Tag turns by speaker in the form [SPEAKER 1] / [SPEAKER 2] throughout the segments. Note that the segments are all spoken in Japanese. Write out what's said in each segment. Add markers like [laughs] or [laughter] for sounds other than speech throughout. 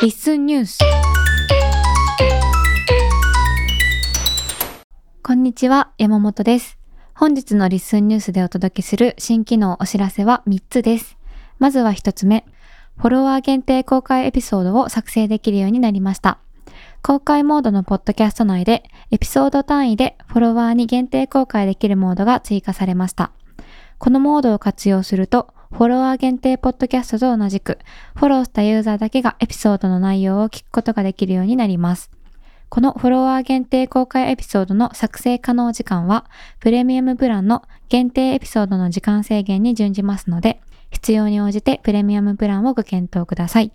[SPEAKER 1] リッスンニュースこんにちは山本です本日のリッスンニュースでお届けする新機能お知らせは3つですまずは1つ目フォロワー限定公開エピソードを作成できるようになりました公開モードのポッドキャスト内でエピソード単位でフォロワーに限定公開できるモードが追加されましたこのモードを活用するとフォロワー限定ポッドキャストと同じく、フォローしたユーザーだけがエピソードの内容を聞くことができるようになります。このフォロワー限定公開エピソードの作成可能時間は、プレミアムプランの限定エピソードの時間制限に準じますので、必要に応じてプレミアムプランをご検討ください。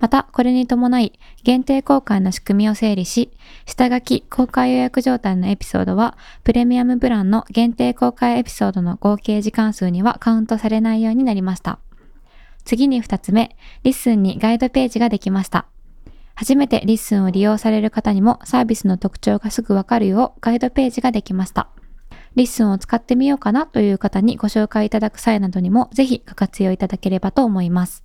[SPEAKER 1] また、これに伴い、限定公開の仕組みを整理し、下書き公開予約状態のエピソードは、プレミアムプランの限定公開エピソードの合計時間数にはカウントされないようになりました。次に2つ目、リッスンにガイドページができました。初めてリッスンを利用される方にもサービスの特徴がすぐわかるようガイドページができました。リッスンを使ってみようかなという方にご紹介いただく際などにもぜひご活用いただければと思います。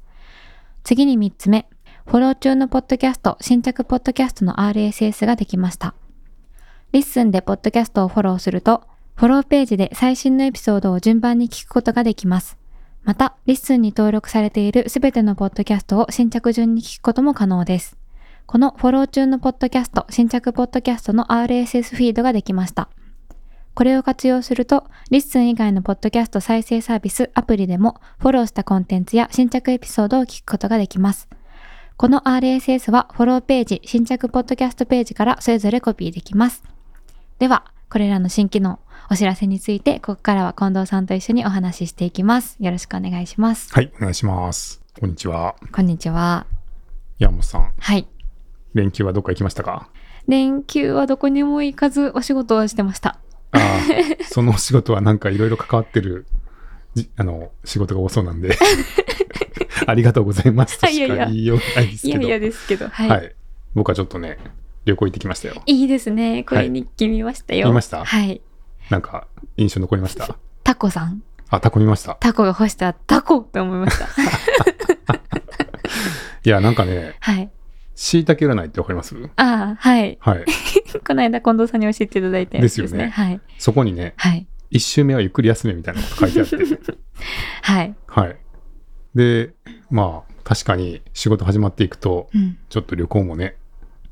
[SPEAKER 1] 次に3つ目、フォロー中のポッドキャスト、新着ポッドキャストの RSS ができました。リッスンでポッドキャストをフォローすると、フォローページで最新のエピソードを順番に聞くことができます。また、リッスンに登録されているすべてのポッドキャストを新着順に聞くことも可能です。このフォロー中のポッドキャスト、新着ポッドキャストの RSS フィードができました。これを活用すると、リッスン以外のポッドキャスト再生サービス、アプリでも、フォローしたコンテンツや新着エピソードを聞くことができます。この RSS はフォローページ、新着ポッドキャストページからそれぞれコピーできます。では、これらの新機能、お知らせについて、ここからは近藤さんと一緒にお話ししていきます。よろしくお願いします。
[SPEAKER 2] はい、お願いします。こんにちは。
[SPEAKER 1] こんにちは。
[SPEAKER 2] 山本さん、
[SPEAKER 1] はい。
[SPEAKER 2] 連休はどっか行きましたか
[SPEAKER 1] 連休はどこにも行かずお仕事をしてました。
[SPEAKER 2] あ
[SPEAKER 1] [laughs]
[SPEAKER 2] あ、そのお仕事はなんかいろいろ関わってる、じあの、仕事が多そうな
[SPEAKER 1] [laughs]
[SPEAKER 2] んで、ありがとうございますと
[SPEAKER 1] いや
[SPEAKER 2] し
[SPEAKER 1] いや
[SPEAKER 2] か言いようがないです
[SPEAKER 1] い
[SPEAKER 2] け
[SPEAKER 1] や
[SPEAKER 2] ど。
[SPEAKER 1] いやですけど。はい。、
[SPEAKER 2] はいい。僕はちょっとね、旅行行ってきましたよ。
[SPEAKER 1] いですね。こ
[SPEAKER 2] は
[SPEAKER 1] れ
[SPEAKER 2] い
[SPEAKER 1] 日記見ましたよ。
[SPEAKER 2] 見ました
[SPEAKER 1] はい。
[SPEAKER 2] なんか、印象残りま
[SPEAKER 1] [laughs]
[SPEAKER 2] した。
[SPEAKER 1] タコさん。
[SPEAKER 2] あ、タコ見ました。
[SPEAKER 1] タコが干したタコって思いま
[SPEAKER 2] [laughs]
[SPEAKER 1] した。
[SPEAKER 2] いや、なんかね、
[SPEAKER 1] はい。
[SPEAKER 2] 椎茸占いってわかります
[SPEAKER 1] ああ、はい。
[SPEAKER 2] はい。
[SPEAKER 1] この間近藤さんに教えていただいたやつですね。
[SPEAKER 2] ですよね
[SPEAKER 1] はい。
[SPEAKER 2] そこにね、
[SPEAKER 1] はい。
[SPEAKER 2] 一周目はゆっくり休めみたいなこと書いてあって、
[SPEAKER 1] はい。
[SPEAKER 2] はい。で、まあ、確かに仕事始まっていくと、
[SPEAKER 1] うん。
[SPEAKER 2] ちょっと旅行もね、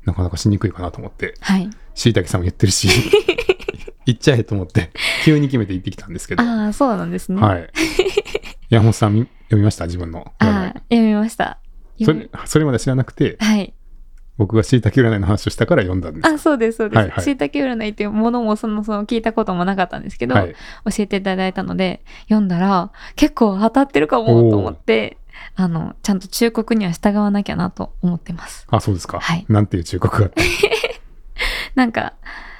[SPEAKER 2] なかなかしにくいかなと思って、
[SPEAKER 1] はい。
[SPEAKER 2] しいたけさんも言って
[SPEAKER 1] [laughs]
[SPEAKER 2] るし、行っちゃえと思って、急に決めて行ってきたんですけど、
[SPEAKER 1] ああ、そうなんですね。
[SPEAKER 2] はい。山本さんみ読みました自分の
[SPEAKER 1] あ
[SPEAKER 2] 占い
[SPEAKER 1] あ、読みました。
[SPEAKER 2] そ
[SPEAKER 1] 読
[SPEAKER 2] れ
[SPEAKER 1] み。
[SPEAKER 2] それまで知らなくて、
[SPEAKER 1] はい。
[SPEAKER 2] 僕がしいたけ占いの話をしたから読んだんです。
[SPEAKER 1] あ、そうです、そう
[SPEAKER 2] はい
[SPEAKER 1] で
[SPEAKER 2] は
[SPEAKER 1] す。
[SPEAKER 2] い
[SPEAKER 1] しいたけ占いっていうものもそもそも聞いたこともなかったんですけど、
[SPEAKER 2] はい。
[SPEAKER 1] 教えていただいたので、読んだら、結構当たってるかもと思って、あの、ちゃんと忠告には従わなきゃなと思ってます。
[SPEAKER 2] あ、そうですか。
[SPEAKER 1] はい
[SPEAKER 2] なんていう忠告があって。
[SPEAKER 1] なんか、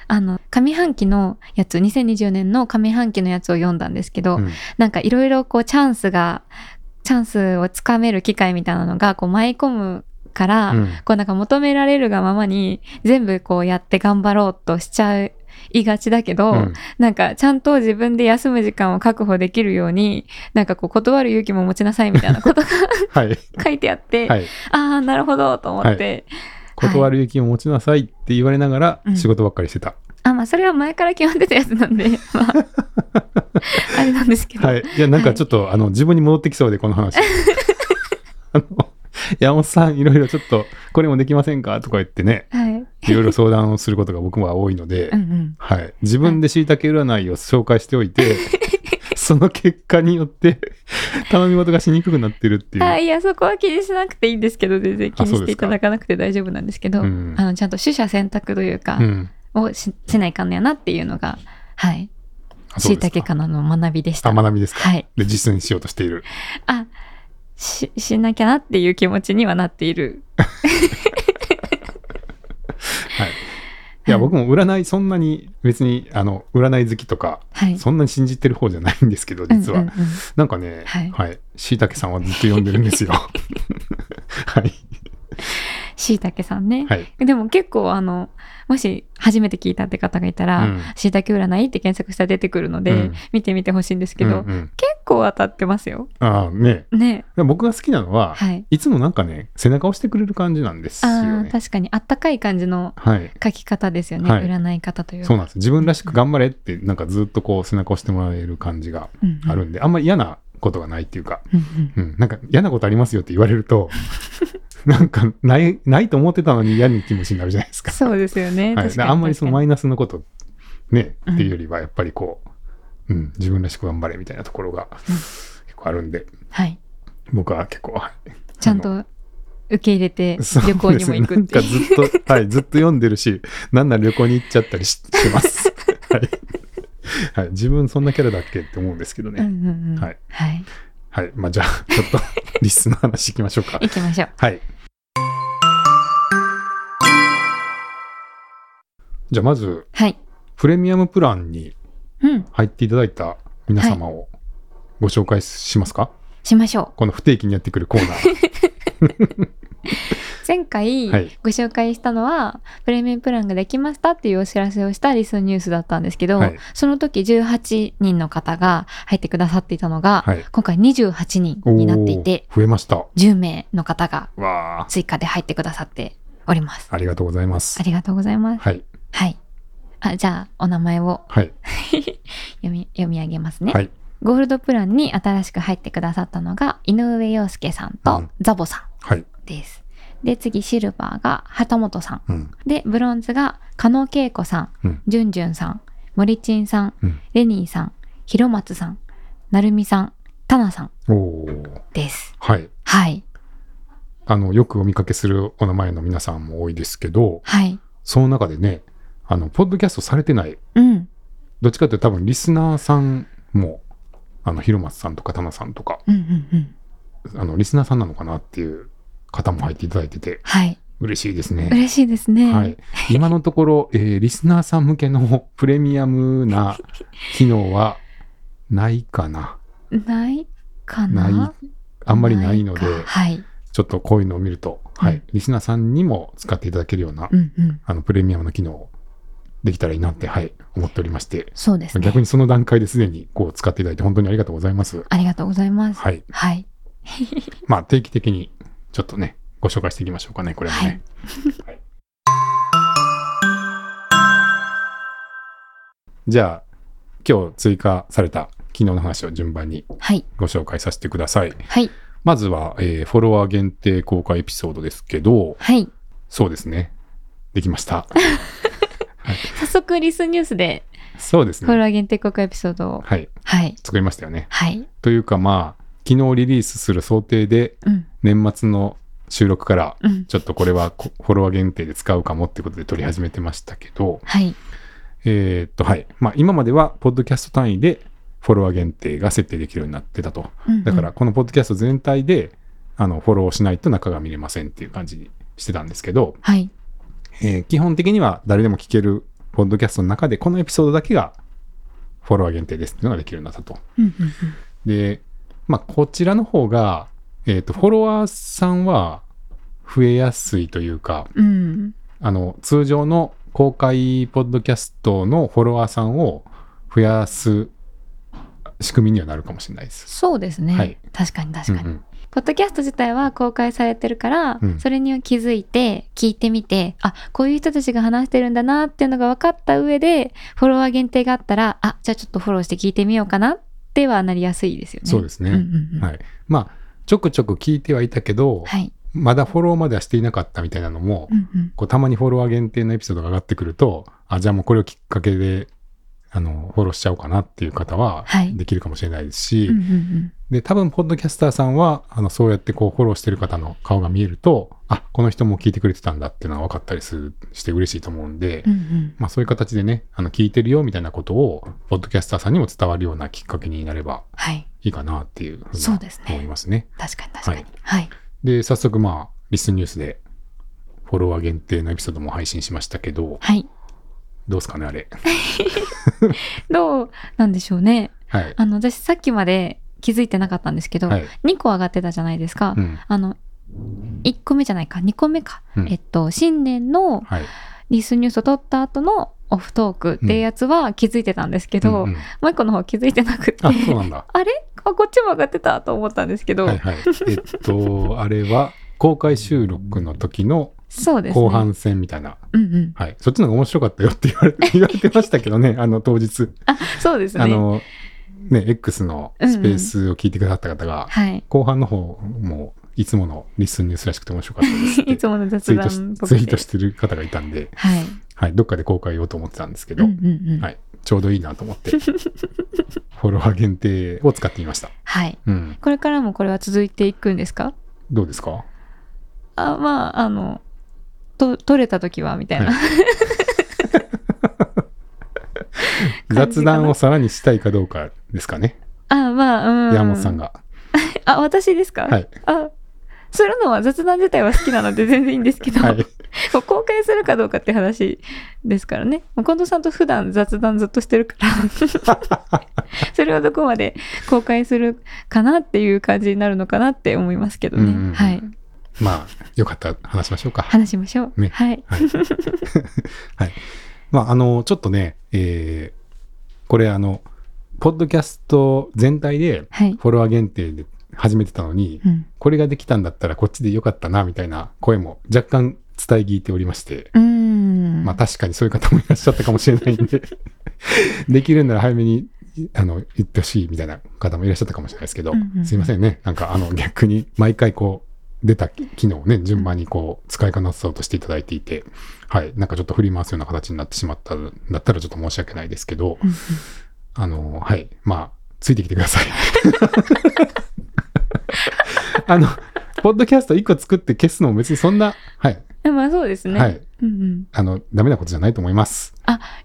[SPEAKER 1] あの、上半期のやつ、2020年の上半期のやつを読んだんですけど、
[SPEAKER 2] うん
[SPEAKER 1] なんかいろいろこうチャンスが、チャンスをつかめる機会みたいなのがこう舞い込むから、
[SPEAKER 2] うん
[SPEAKER 1] こうなんか求められるがままに全部こうやって頑張ろうとしちゃいがちだけど、
[SPEAKER 2] うん
[SPEAKER 1] なんかちゃんと自分で休む時間を確保できるように、なんかこう断る勇気も持ちなさいみたいなことが [laughs]
[SPEAKER 2] はい。
[SPEAKER 1] 書いてあって、
[SPEAKER 2] はい。
[SPEAKER 1] ああ、なるほどと思って、
[SPEAKER 2] 断る勇気を持ちなさいって言われながら
[SPEAKER 1] うん
[SPEAKER 2] 仕事ばっかりしてた。
[SPEAKER 1] あ、まあそれは前から決まってたやつなんで、 [laughs] まあ、あれなんですけど、
[SPEAKER 2] はい。いや、なんかちょっと、あの、自分に戻ってきそうで、この
[SPEAKER 1] [laughs]
[SPEAKER 2] 話。あの、山本さん、いろいろちょっと、これもできませんかとか言ってね、
[SPEAKER 1] はい。うん
[SPEAKER 2] いろいろ相談をすることが僕もは多いので、
[SPEAKER 1] うん。
[SPEAKER 2] はい。自分で椎茸占いを紹介しておいて、 [laughs] その結果によって、頼み事がしにくくなってるっていう。
[SPEAKER 1] あいやそこは気にしなくていいんですけど全然気
[SPEAKER 2] あ
[SPEAKER 1] に
[SPEAKER 2] そう
[SPEAKER 1] し
[SPEAKER 2] です
[SPEAKER 1] ていた
[SPEAKER 2] か
[SPEAKER 1] だかなくて大丈夫なんですけどあ、
[SPEAKER 2] うん
[SPEAKER 1] のちゃんと取捨選択というか
[SPEAKER 2] う、ん。
[SPEAKER 1] をししないかんのやなっていうのがはい
[SPEAKER 2] あそう
[SPEAKER 1] しい
[SPEAKER 2] です
[SPEAKER 1] たけかなの学びでした
[SPEAKER 2] あ、学びですか。
[SPEAKER 1] はい
[SPEAKER 2] で、実践しようとしている。
[SPEAKER 1] あししなきゃなっていう気持ちにはなっている
[SPEAKER 2] [laughs] はい。いや、僕も占い、そんなに、別に、あの、占い好きとか、
[SPEAKER 1] はい
[SPEAKER 2] そんなに信じてる方じゃないんですけど、実は。
[SPEAKER 1] うんうんうん
[SPEAKER 2] なんかね、
[SPEAKER 1] はい [laughs]
[SPEAKER 2] はい。しいたけさんはずっと読んでるんですよ。はい。
[SPEAKER 1] しいたけさんね。
[SPEAKER 2] はい。
[SPEAKER 1] でも結構あの、もし初めて聞いたって方がいたら、しいたけ占いって検索したら出てくるので、
[SPEAKER 2] うん
[SPEAKER 1] 見てみてほしいんですけど、
[SPEAKER 2] うんうん
[SPEAKER 1] 結構当たってますよ。
[SPEAKER 2] ああ、ね。
[SPEAKER 1] ね。
[SPEAKER 2] でも僕が好きなのは、
[SPEAKER 1] はい。
[SPEAKER 2] いつもなんかね、背中を押してくれる感じなんです
[SPEAKER 1] あ
[SPEAKER 2] よ
[SPEAKER 1] あ、
[SPEAKER 2] ね。
[SPEAKER 1] 確かにあったかい感じの
[SPEAKER 2] はい。
[SPEAKER 1] 書き方ですよね。
[SPEAKER 2] はい
[SPEAKER 1] 占い方というか。
[SPEAKER 2] そうなんです。自分らしく頑張れって、なんかずっとこう背中を押してもらえる感じが
[SPEAKER 1] うんうん
[SPEAKER 2] あるんで、あんまり嫌なことがないっていうか、
[SPEAKER 1] うんうん
[SPEAKER 2] うん、なんか嫌なことありますよって言われ
[SPEAKER 1] [laughs]
[SPEAKER 2] ると、なんかない、ないと思ってたのに嫌に気持ちになるじゃないです
[SPEAKER 1] [laughs]
[SPEAKER 2] か。
[SPEAKER 1] そうですよね。
[SPEAKER 2] はい、だ
[SPEAKER 1] 確
[SPEAKER 2] か
[SPEAKER 1] かに
[SPEAKER 2] らあんまりそのマイナスのこと、ね、
[SPEAKER 1] うん
[SPEAKER 2] っていうよりは、やっぱりこう、うん、自分らしく頑張れみたいなところが結構あるんで、
[SPEAKER 1] はい。
[SPEAKER 2] 僕は結構、はい
[SPEAKER 1] ちゃんと受け入れて
[SPEAKER 2] そう
[SPEAKER 1] 旅行にも行くっていう。
[SPEAKER 2] ですねなんかず
[SPEAKER 1] [laughs]
[SPEAKER 2] っと、はい、ずっと読んでるし、なんなら旅行に行っちゃったりししてます。はい。はい、自分そんなキャラだっけって思うんですけど
[SPEAKER 1] [laughs]
[SPEAKER 2] ね。
[SPEAKER 1] うんうんうん
[SPEAKER 2] はい。
[SPEAKER 1] はい。
[SPEAKER 2] はい。まあ、じゃあ、ちょ
[SPEAKER 1] [laughs]
[SPEAKER 2] っと、リスの話いきましょうか。
[SPEAKER 1] 行きましょう。
[SPEAKER 2] はい。じゃあ、まず、
[SPEAKER 1] はい。
[SPEAKER 2] プレミアムプランに
[SPEAKER 1] うん。
[SPEAKER 2] 入っていただいた皆様をご紹介しますか、
[SPEAKER 1] しましょ
[SPEAKER 2] この不定期にやってくるコー
[SPEAKER 1] [laughs]
[SPEAKER 2] ナー。
[SPEAKER 1] う。前回
[SPEAKER 2] はい
[SPEAKER 1] ご紹介したのは、プレミアムプランができましたっていうお知らせをしたリスンニュースだったんですけど、
[SPEAKER 2] はい
[SPEAKER 1] その時18人の方が入ってくださっていたのが、
[SPEAKER 2] はい
[SPEAKER 1] 今回28人になっていて、
[SPEAKER 2] おー増えました。
[SPEAKER 1] 10名の方が
[SPEAKER 2] わあ。
[SPEAKER 1] 追加で入ってくださっております。
[SPEAKER 2] ありがとうございます
[SPEAKER 1] あ。りがとうございます。
[SPEAKER 2] はい。
[SPEAKER 1] はい。あじゃあ、お名前を
[SPEAKER 2] はい。
[SPEAKER 1] 読み読み上げますね、
[SPEAKER 2] はい
[SPEAKER 1] ゴールドプランに新しく入ってくださったのが井上陽介さん
[SPEAKER 2] う
[SPEAKER 1] と
[SPEAKER 2] ん
[SPEAKER 1] ザボさ
[SPEAKER 2] はい。
[SPEAKER 1] んです、で次シルバーが旗本さん
[SPEAKER 2] うん。
[SPEAKER 1] でブロンズが加納恵子さん、
[SPEAKER 2] うん
[SPEAKER 1] じゅんじゅんさん森ちんさん、
[SPEAKER 2] うん
[SPEAKER 1] レニーさん広松さんなるみさんたなさん
[SPEAKER 2] おお。
[SPEAKER 1] です
[SPEAKER 2] はい。
[SPEAKER 1] はい
[SPEAKER 2] あの、よくお見かけするお名前の皆さんも多いですけど、
[SPEAKER 1] はい
[SPEAKER 2] その中でね、あの、ポッドキャストされてない、
[SPEAKER 1] うん
[SPEAKER 2] どっちかというと多分リスナーさんも、あの、広松さんとか、田名さんとか、
[SPEAKER 1] うんうんうん
[SPEAKER 2] あの、リスナーさんなのかなっていう方も入っていただいてて、
[SPEAKER 1] はい
[SPEAKER 2] 嬉しいですね。
[SPEAKER 1] 嬉しいですね
[SPEAKER 2] はい、今のところ、えーリスナーさん向けのプレミアムな機能はないかな。
[SPEAKER 1] ないかな
[SPEAKER 2] ない。あんまりないので、
[SPEAKER 1] かはい
[SPEAKER 2] ちょっとこういうのを見ると、は
[SPEAKER 1] う
[SPEAKER 2] い
[SPEAKER 1] ん、
[SPEAKER 2] リスナーさんにも使っていただけるような、
[SPEAKER 1] うんうん
[SPEAKER 2] あのプレミアムの機能できたらいいなって、はい、思っておりまして、
[SPEAKER 1] そうですね
[SPEAKER 2] 逆にその段階ですでにこう使っていただいて本当にありがとうございます。
[SPEAKER 1] ありがとうございます
[SPEAKER 2] はい。
[SPEAKER 1] はい
[SPEAKER 2] まあ定期的にちょっとね、ご紹介していきましょうかね、これもね。はいじゃあ、今日追加された機能の話を順番に
[SPEAKER 1] はい
[SPEAKER 2] ご紹介させてください。
[SPEAKER 1] はい
[SPEAKER 2] まずは、えーフォロワー限定公開エピソードですけど、
[SPEAKER 1] はい
[SPEAKER 2] そうですね。できま [laughs] した。
[SPEAKER 1] 早速リスニュースで
[SPEAKER 2] そうです
[SPEAKER 1] フォロ
[SPEAKER 2] ね。
[SPEAKER 1] ワー限定公開エピソードを
[SPEAKER 2] はい。
[SPEAKER 1] はい
[SPEAKER 2] 作りましたよね。
[SPEAKER 1] はい
[SPEAKER 2] というかまあ、昨日リリースする想定で、
[SPEAKER 1] うん
[SPEAKER 2] 年末の収録から
[SPEAKER 1] うん
[SPEAKER 2] ちょっとこれはこフォロワー限定で使うかもってことで取り始めてましたけど、
[SPEAKER 1] はい
[SPEAKER 2] えーっと、はい。まあ、今までは、ポッドキャスト単位でフォロワー限定が設定できるようになってたと。
[SPEAKER 1] うんうん
[SPEAKER 2] だから、このポッドキャスト全体で、あの、フォローしないと中が見れませんっていう感じにしてたんですけど、
[SPEAKER 1] はい
[SPEAKER 2] えー基本的には誰でも聞けるポッドキャストの中で、このエピソードだけがフォロワー限定ですっていうのができるようになったと。
[SPEAKER 1] うんうんうん
[SPEAKER 2] で、まあ、こちらの方が、えーっと、フォロワーさんは増えやすいというか、
[SPEAKER 1] うん
[SPEAKER 2] あの、通常の公開ポッドキャストのフォロワーさんを増やす仕組みにはなるかもしれないです。
[SPEAKER 1] そうですね、
[SPEAKER 2] はい
[SPEAKER 1] 確かに確かに、
[SPEAKER 2] うんうん
[SPEAKER 1] ポッドキャスト自体は公開されてるから、
[SPEAKER 2] うん
[SPEAKER 1] それに気づいて聞いてみてあこういう人たちが話してるんだなっていうのが分かった上でフォロワー限定があったらあじゃあちょっとフォローして聞いてみようかなってはなりやすいですよね
[SPEAKER 2] そうですね
[SPEAKER 1] んうんうん
[SPEAKER 2] はい。まあ、ちょくちょく聞いてはいたけど、
[SPEAKER 1] はい
[SPEAKER 2] まだフォローまではしていなかったみたいなのも、
[SPEAKER 1] うんうん
[SPEAKER 2] こうたまにフォロワー限定のエピソードが上がってくると、あ、じゃあもうこれをきっかけで、あの、フォローしちゃおうかなっていう方は
[SPEAKER 1] はい、
[SPEAKER 2] できるかもしれないですし、
[SPEAKER 1] うんうんうん
[SPEAKER 2] で、多分、ポッドキャスターさんは、あの、そうやってこう、フォローしてる方の顔が見えると、あ、この人も聞いてくれてたんだっていうのは分かったりする、して嬉しいと思うんで、
[SPEAKER 1] うんうん
[SPEAKER 2] まあ、そういう形でね、あの、聞いてるよみたいなことを、ポッドキャスターさんにも伝わるようなきっかけになれば
[SPEAKER 1] はい
[SPEAKER 2] いいかなっていうふうに
[SPEAKER 1] そうですね
[SPEAKER 2] 思いますね。
[SPEAKER 1] 確かに確かにはい
[SPEAKER 2] で、早速、まあ、リスンニュースで、フォロワー限定のエピソードも配信しましたけど、
[SPEAKER 1] はい
[SPEAKER 2] どうですかね、あれ。
[SPEAKER 1] どうなんでしょうね
[SPEAKER 2] はい。
[SPEAKER 1] あの私さっきまで気づいてなかったんですけど、
[SPEAKER 2] はい。
[SPEAKER 1] 2個上がってたじゃないですか、
[SPEAKER 2] うん。
[SPEAKER 1] あの1個目じゃないか、2個目か。
[SPEAKER 2] うん
[SPEAKER 1] えっと、新年の
[SPEAKER 2] はい。
[SPEAKER 1] リスニュースを取った後のオフトークっていうやつは気づいてたんですけど、
[SPEAKER 2] うんうん
[SPEAKER 1] もう一個の方気づいてなくて、
[SPEAKER 2] あ、そうなんだ。
[SPEAKER 1] あれあこっちも上がってたと思ったんですけど、
[SPEAKER 2] はいはい。えっと、あれは公開収録の時の
[SPEAKER 1] そうですね。
[SPEAKER 2] 後。半戦みたいな。
[SPEAKER 1] うんうん。
[SPEAKER 2] はい。そっちの方が面白かったよって言
[SPEAKER 1] [laughs]
[SPEAKER 2] われ言われてましたけどね、あの当日。
[SPEAKER 1] あ、そうですね。
[SPEAKER 2] あの、ね、X のスペースを聞いてくださった方が、
[SPEAKER 1] はい。
[SPEAKER 2] 後半の方もいつものリスニュースらしくて面白かったで
[SPEAKER 1] [laughs]
[SPEAKER 2] すって
[SPEAKER 1] いつもの
[SPEAKER 2] ツ
[SPEAKER 1] 雑
[SPEAKER 2] イー
[SPEAKER 1] 談
[SPEAKER 2] ト
[SPEAKER 1] っ
[SPEAKER 2] し
[SPEAKER 1] ぽく
[SPEAKER 2] ツ
[SPEAKER 1] て
[SPEAKER 2] イートしてる方がいたんで、
[SPEAKER 1] はい。
[SPEAKER 2] はい、どっかで公開をと思ってたんですけ
[SPEAKER 1] う
[SPEAKER 2] ど、
[SPEAKER 1] んうんうん。
[SPEAKER 2] は
[SPEAKER 1] はい。
[SPEAKER 2] い、ちょうどいいなと
[SPEAKER 1] [laughs]
[SPEAKER 2] 思って、フォロワー限定を使ってみました。うん、
[SPEAKER 1] これからもこれは続いていくんですか
[SPEAKER 2] どうですか
[SPEAKER 1] あ、まあ、あの、と、取れた時は、みたいな。
[SPEAKER 2] は雑談をさらにしたいかどうかですかね、
[SPEAKER 1] [laughs] あ、まあ、うん。
[SPEAKER 2] 山本さんが。
[SPEAKER 1] あ、私ですか
[SPEAKER 2] はい。
[SPEAKER 1] あ、するのは雑談自体は好きなので全然いいんですけど、
[SPEAKER 2] はい、
[SPEAKER 1] もう公開するかどうかって話ですからね。もう近藤さんと普段雑談ずっとしてるから、
[SPEAKER 2] [laughs]
[SPEAKER 1] それをどこまで公開するかなっていう感じになるのかなって思いますけどね。
[SPEAKER 2] うんうんうん
[SPEAKER 1] はい。
[SPEAKER 2] まあ、よかったら話しましょうか。
[SPEAKER 1] 話しましょう。
[SPEAKER 2] ね
[SPEAKER 1] はい。
[SPEAKER 2] はい。はい。まあ、あの、ちょっとね、えーこれ、あの、ポッドキャスト全体で、
[SPEAKER 1] はい。
[SPEAKER 2] フォロワー限定で始めてたのに、
[SPEAKER 1] うん。
[SPEAKER 2] これができたんだったらこっちでよかったな、みたいな声も若干伝え聞いておりまして、
[SPEAKER 1] うーん。
[SPEAKER 2] まあ、確かにそういう方もいらっしゃったかもしれないんで、
[SPEAKER 1] [laughs]
[SPEAKER 2] できるなら早めに、あの、言ってほしいみたいな方もいらっしゃったかもしれないですけど、
[SPEAKER 1] うんうん
[SPEAKER 2] すいませんね。なんか、あの、逆に毎回こう、出た機能をね、順番にこう、使いこなそうとしていただいていて、はい、なんかちょっと振り回すような形になってしまったんだったらちょっと申し訳ないですけど、
[SPEAKER 1] うんうん
[SPEAKER 2] あの、はい。まあ、ついてきてく
[SPEAKER 1] [laughs]
[SPEAKER 2] ださい。あの、ポッドキャスト1個作って消すのも別にそんな、はい、
[SPEAKER 1] まあそうですね。
[SPEAKER 2] はい、
[SPEAKER 1] うんうん、
[SPEAKER 2] あの、ダメなことじゃないと思います。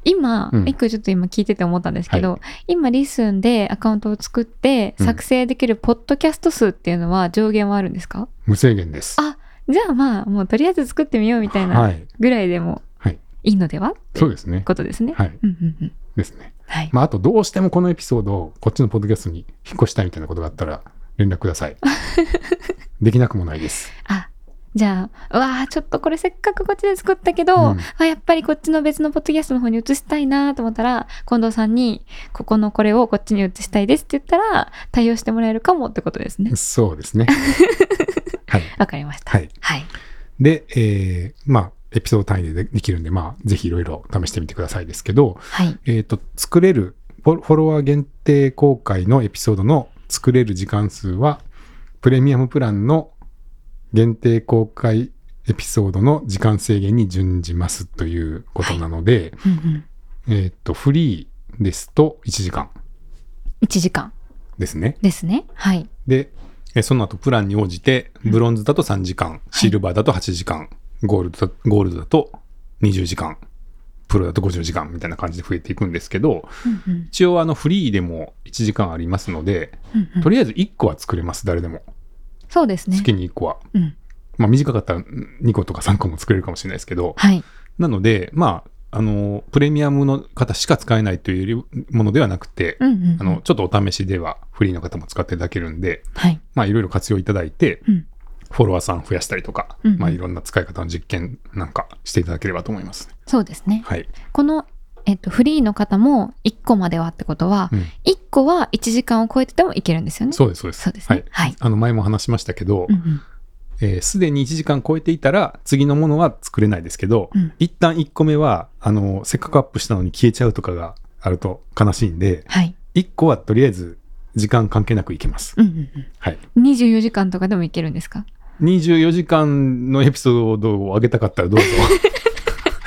[SPEAKER 1] 今、
[SPEAKER 2] うん
[SPEAKER 1] 一個ちょっと今聞いてて思ったんですけど、今リスンでアカウントを作って
[SPEAKER 2] うん
[SPEAKER 1] 作成できるポッドキャスト数っていうのは上限はあるんですか、
[SPEAKER 2] 無制限です。
[SPEAKER 1] あじゃあまあもうとりあえず作ってみようみたい
[SPEAKER 2] は。
[SPEAKER 1] ないぐらいでも
[SPEAKER 2] はい
[SPEAKER 1] いいのではって
[SPEAKER 2] そうですね。
[SPEAKER 1] ことですね。
[SPEAKER 2] はい。
[SPEAKER 1] うんうんうん
[SPEAKER 2] ですね。
[SPEAKER 1] はい、
[SPEAKER 2] まあ、あと、どうしてもこのエピソードをこっちのポッドキャストに引っ越したいみたいなことがあったら、連絡ください。
[SPEAKER 1] [laughs]
[SPEAKER 2] できなくもないです。
[SPEAKER 1] あじゃあうわあちょっとこれせっかくこっちで作ったけど、
[SPEAKER 2] うん
[SPEAKER 1] あやっぱりこっちの別のポッドキャストの方に移したいなと思ったら近藤さんに「ここのこれをこっちに移したいです」って言ったら対応してもらえるかもってことですね。
[SPEAKER 2] そうですね。はい。
[SPEAKER 1] わかりました。
[SPEAKER 2] はい。
[SPEAKER 1] はい。
[SPEAKER 2] で、えーまあ、エピソード単位でできるんで、まあ、ぜひいろいろ試してみてくださいですけど、
[SPEAKER 1] はい。
[SPEAKER 2] えっ、と、作れる、フォフォロワー限定公開のエピソードの作れる時間数は、プレミアムプランの限定公開エピソードの時間制限に準じますということなので、
[SPEAKER 1] うんうん、
[SPEAKER 2] えっ、と、フリーですと1時間
[SPEAKER 1] 1時間
[SPEAKER 2] ですね。
[SPEAKER 1] ですね。はい。
[SPEAKER 2] で、えーその後プランに応じて、ブロンズだと3時間、シルバーだと8時間、ゴールドだゴールドだと20時間、プロだと50時間みたいな感じで増えていくんですけど、
[SPEAKER 1] うんうん
[SPEAKER 2] 一応あのフリーでも1時間ありますので、
[SPEAKER 1] うんうん
[SPEAKER 2] とりあえず1個は作れます、誰でも。
[SPEAKER 1] そうですね
[SPEAKER 2] 好。きに1個は。
[SPEAKER 1] うん、
[SPEAKER 2] まあ短かったら2個とか3個も作れるかもしれないですけど、
[SPEAKER 1] はい。
[SPEAKER 2] なので、まあ、あの、プレミアムの方しか使えないというよりものではなくて
[SPEAKER 1] う、んうんうん
[SPEAKER 2] あの、ちょっとお試しではフリーの方も使っていただけるんで、
[SPEAKER 1] はい。
[SPEAKER 2] まあいろいろ活用いただいて、
[SPEAKER 1] うん
[SPEAKER 2] フォロワーさん増やしたりとか、
[SPEAKER 1] うんうん
[SPEAKER 2] まあいろんな使い方の実験なんかしていただければと思います。
[SPEAKER 1] そうですね。
[SPEAKER 2] はい。
[SPEAKER 1] この、えっと、フリーの方も1個まではってことは、
[SPEAKER 2] うん
[SPEAKER 1] 1個は1時間を超えててもいけるんですよね。
[SPEAKER 2] そうです、そうです。
[SPEAKER 1] そうですね。はい。
[SPEAKER 2] あの前も話しましたけど
[SPEAKER 1] う、ん
[SPEAKER 2] す、で、に1時間超えていたら次のものは作れないですけど、
[SPEAKER 1] うん
[SPEAKER 2] 一旦1個目は、あの、せっかくアップしたのに消えちゃうとかがあると悲しいんで、
[SPEAKER 1] はい。
[SPEAKER 2] 1個はとりあえず時間関係なくいけます。
[SPEAKER 1] うんうん
[SPEAKER 2] はい。
[SPEAKER 1] うん。24時間とかでもいけるんですか
[SPEAKER 2] 24時間のエピソードを上げたかったら
[SPEAKER 1] [laughs]
[SPEAKER 2] どうぞ。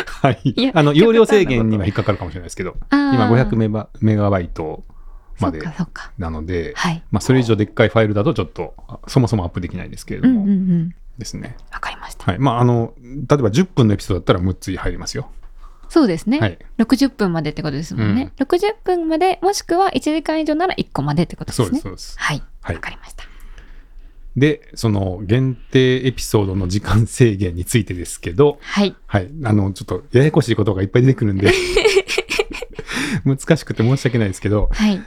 [SPEAKER 2] はい
[SPEAKER 1] いや。
[SPEAKER 2] あの、容量制限には引っかかるかもしれないですけど、今
[SPEAKER 1] 今
[SPEAKER 2] 500メガメガバイトまで
[SPEAKER 1] そっかそっか。
[SPEAKER 2] なので、
[SPEAKER 1] はい。
[SPEAKER 2] まあ、それ以上でっかいファイルだとちょっと、あそもそもアップできないですけれ
[SPEAKER 1] う
[SPEAKER 2] ど
[SPEAKER 1] んうんう
[SPEAKER 2] も、
[SPEAKER 1] ん。
[SPEAKER 2] ですね。
[SPEAKER 1] わかりました。
[SPEAKER 2] はい。まあ、あの、例えば10分のエピソードだったら6つ入りますよ。
[SPEAKER 1] そうですね。
[SPEAKER 2] はい。
[SPEAKER 1] 60分までってことですもんね。60分まで、もしくは1時間以上なら1個までってことです
[SPEAKER 2] そ
[SPEAKER 1] ね。
[SPEAKER 2] うです、そうです。
[SPEAKER 1] はい。
[SPEAKER 2] はい
[SPEAKER 1] わかりました。
[SPEAKER 2] で、その限定エピソードの時間制限についてですけど、
[SPEAKER 1] はい。
[SPEAKER 2] はい。あの、ちょっとややこしいことがいっぱい出てくる
[SPEAKER 1] [laughs]
[SPEAKER 2] んで、難しくて申し訳ないですけど、
[SPEAKER 1] はい。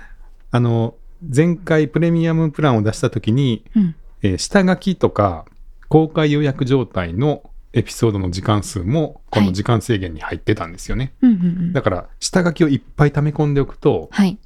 [SPEAKER 2] あの、前回プレミアムプランを出したときに、
[SPEAKER 1] うん。
[SPEAKER 2] えー下書きとか公開予約状態のエピソードの時間数もこ
[SPEAKER 1] は
[SPEAKER 2] の
[SPEAKER 1] い
[SPEAKER 2] 時間制限に入ってたんですよね、
[SPEAKER 1] うんうんうん
[SPEAKER 2] だから下書きをいっぱい溜め込んでおくと
[SPEAKER 1] はい。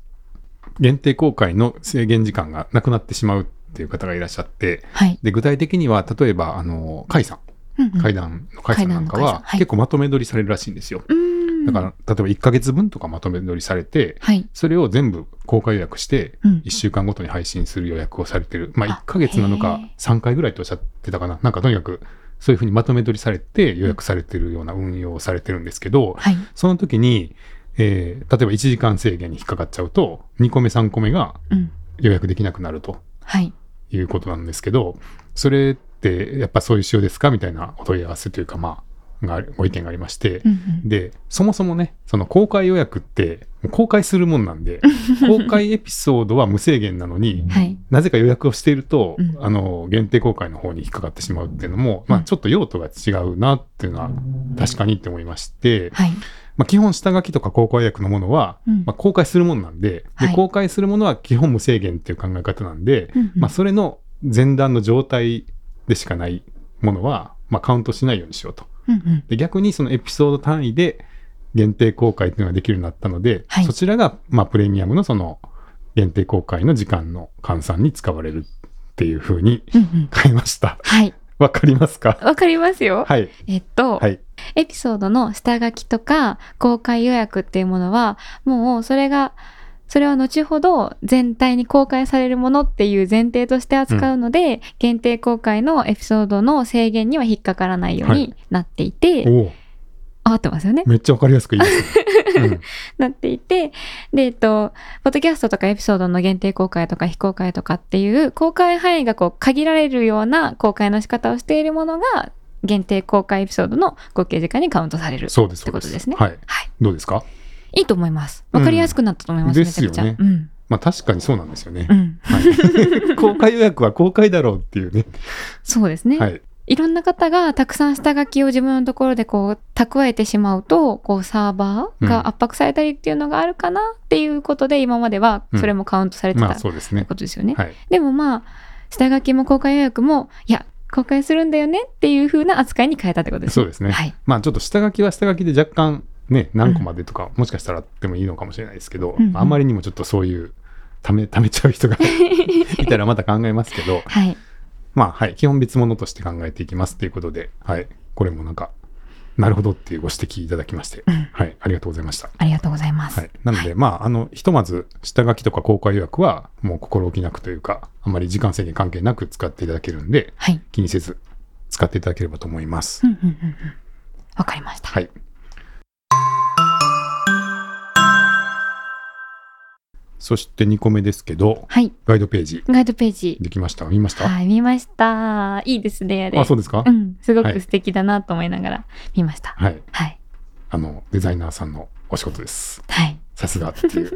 [SPEAKER 2] 限定公開の制限時間がなくなってしまうっていう方がいらっしゃって
[SPEAKER 1] はい。
[SPEAKER 2] で具体的には例えばあの甲斐さん
[SPEAKER 1] うんうん
[SPEAKER 2] 階段の甲斐さんなん
[SPEAKER 1] 階段の
[SPEAKER 2] か
[SPEAKER 1] 甲斐さん
[SPEAKER 2] は
[SPEAKER 1] はい
[SPEAKER 2] 結構まとめ取りされるらしいんですよ、
[SPEAKER 1] うーん
[SPEAKER 2] だから例えば1ヶ月分とかまとめ取りされて
[SPEAKER 1] はい。
[SPEAKER 2] それを全部公開予約して
[SPEAKER 1] うん
[SPEAKER 2] 1週間ごとに配信する予約をされてる。まあ
[SPEAKER 1] あ
[SPEAKER 2] 1ヶ月なの
[SPEAKER 1] へ
[SPEAKER 2] か
[SPEAKER 1] え
[SPEAKER 2] 3回ぐらいとおっしゃってたかな。なんかとにかくそういうふうにまとめ取りされて予約されてるような運用をされてるんですけど、
[SPEAKER 1] はい。
[SPEAKER 2] その時に、えー例えば1時間制限に引っかかっちゃうと、2個目3個目が
[SPEAKER 1] うん。
[SPEAKER 2] 予約できなくなると
[SPEAKER 1] はい。
[SPEAKER 2] いうことなんですけど、それってやっぱそういう仕様ですかみたいなお問い合わせというかまあ、がご意見がありまして、
[SPEAKER 1] うんうん
[SPEAKER 2] でそもそもねその公開予約って公開するもんな
[SPEAKER 1] [laughs]
[SPEAKER 2] んで公開エピソードは無制限なのに
[SPEAKER 1] はい。
[SPEAKER 2] なぜか予約をしていると、
[SPEAKER 1] うん
[SPEAKER 2] あの限定公開の方に引っかかってしまうっていうのも、ま
[SPEAKER 1] う
[SPEAKER 2] あ、
[SPEAKER 1] ん
[SPEAKER 2] ちょっと用途が違うなっていうのは確かにって思いまして、
[SPEAKER 1] はい。
[SPEAKER 2] まあ、基本下書きとか公開予約のものは、
[SPEAKER 1] うん
[SPEAKER 2] まあ、公開するもんなんで
[SPEAKER 1] は
[SPEAKER 2] で
[SPEAKER 1] い
[SPEAKER 2] 公開するものは基本無制限っていう考え方なんで、
[SPEAKER 1] うんうん
[SPEAKER 2] まあ、それの前段の状態でしかないものは、まあ、カウントしないようにしようと。
[SPEAKER 1] うんうん
[SPEAKER 2] で逆にそのエピソード単位で限定公開というのができるようになったので、
[SPEAKER 1] はい
[SPEAKER 2] そちらが、まあ、プレミアムのその限定公開の時間の換算に使われるっていうふうに
[SPEAKER 1] うんうん
[SPEAKER 2] 変えました。 [laughs]
[SPEAKER 1] はい。
[SPEAKER 2] わかりますか
[SPEAKER 1] わかりますよ。
[SPEAKER 2] はい。
[SPEAKER 1] えっと、
[SPEAKER 2] はい。
[SPEAKER 1] エピソードの下書きとか公開予約っていうものは、もうそれが、それは後ほど全体に公開されるものっていう前提として扱うので、限定公開のエピソードの制限には引っかからないよう
[SPEAKER 2] は
[SPEAKER 1] になっていて、
[SPEAKER 2] おお
[SPEAKER 1] 合ってますよね
[SPEAKER 2] めっちゃわかりやすく言います、ね
[SPEAKER 1] なっていて、で、えっと、ポッドキャストとかエピソードの限定公開とか非公開とかっていう公開範囲がこう限られるような公開の仕方をしているものが限定公開エピソードの合計時間にカウントされ
[SPEAKER 2] う
[SPEAKER 1] る
[SPEAKER 2] ん。。そうです。
[SPEAKER 1] ってこと
[SPEAKER 2] そう
[SPEAKER 1] ですね
[SPEAKER 2] はい。
[SPEAKER 1] はい。
[SPEAKER 2] どうですか
[SPEAKER 1] いいと思います。わかりやすくなったと思います、
[SPEAKER 2] うん
[SPEAKER 1] めちゃくちゃ。
[SPEAKER 2] ですよ
[SPEAKER 1] うん。
[SPEAKER 2] まあ確かにそうなんですよね
[SPEAKER 1] う。ん。
[SPEAKER 2] はい、公開予約は公開だろうっていうね。
[SPEAKER 1] そうですね。。
[SPEAKER 2] はいい。
[SPEAKER 1] ろんな方がたくさん下書きを自分のところでこう蓄えてしまうと、こうサーバーが圧迫されたりっていうのがあるかなっていうことで、今まではそれもカウントされてた
[SPEAKER 2] ま
[SPEAKER 1] っ
[SPEAKER 2] あ
[SPEAKER 1] て
[SPEAKER 2] そうですね
[SPEAKER 1] こ。とですよね。
[SPEAKER 2] はい。
[SPEAKER 1] でもまあ、下書きも公開予約も、いや、公開するんだよねっていう風な扱いに変えたってことです
[SPEAKER 2] そう
[SPEAKER 1] ね。
[SPEAKER 2] ですね。
[SPEAKER 1] はい。
[SPEAKER 2] まあちょっと下書きは下書きで若干ね、何個までとか、もしかしたらあってもいいのかもしれないですけど、
[SPEAKER 1] うんうん
[SPEAKER 2] あんまりにもちょっとそういう、ため、ためちゃう人が [laughs] いたらまた考えますけど、
[SPEAKER 1] はい。
[SPEAKER 2] まあはい、基本別物として考えていきますということで、はい、これもなんか、なるほどっていうご指摘いただきまして、
[SPEAKER 1] うん
[SPEAKER 2] はい、ありがとうございました。
[SPEAKER 1] ありがとうございます。
[SPEAKER 2] はい。なので、まあ、あの、ひとまず、下書きとか公開予約は、もう心置きなくというか、あまり時間制限関係なく使っていただけるんで、
[SPEAKER 1] はい。
[SPEAKER 2] 気にせず使っていただければと思います。
[SPEAKER 1] うんうんうんうん。わかりました。
[SPEAKER 2] はい。そして2個目ですけど、
[SPEAKER 1] はい。
[SPEAKER 2] ガイドページ
[SPEAKER 1] ガイドページ。
[SPEAKER 2] できました。見ました、
[SPEAKER 1] はい、見ました。いいですね、あれ。
[SPEAKER 2] あ、そうですか、
[SPEAKER 1] うん、すご
[SPEAKER 2] は
[SPEAKER 1] く
[SPEAKER 2] い
[SPEAKER 1] 素敵だなと思いながら見ました。
[SPEAKER 2] はい。
[SPEAKER 1] はい。
[SPEAKER 2] あの、デザイナーさんのお仕事です。
[SPEAKER 1] はい。
[SPEAKER 2] さすがっていう。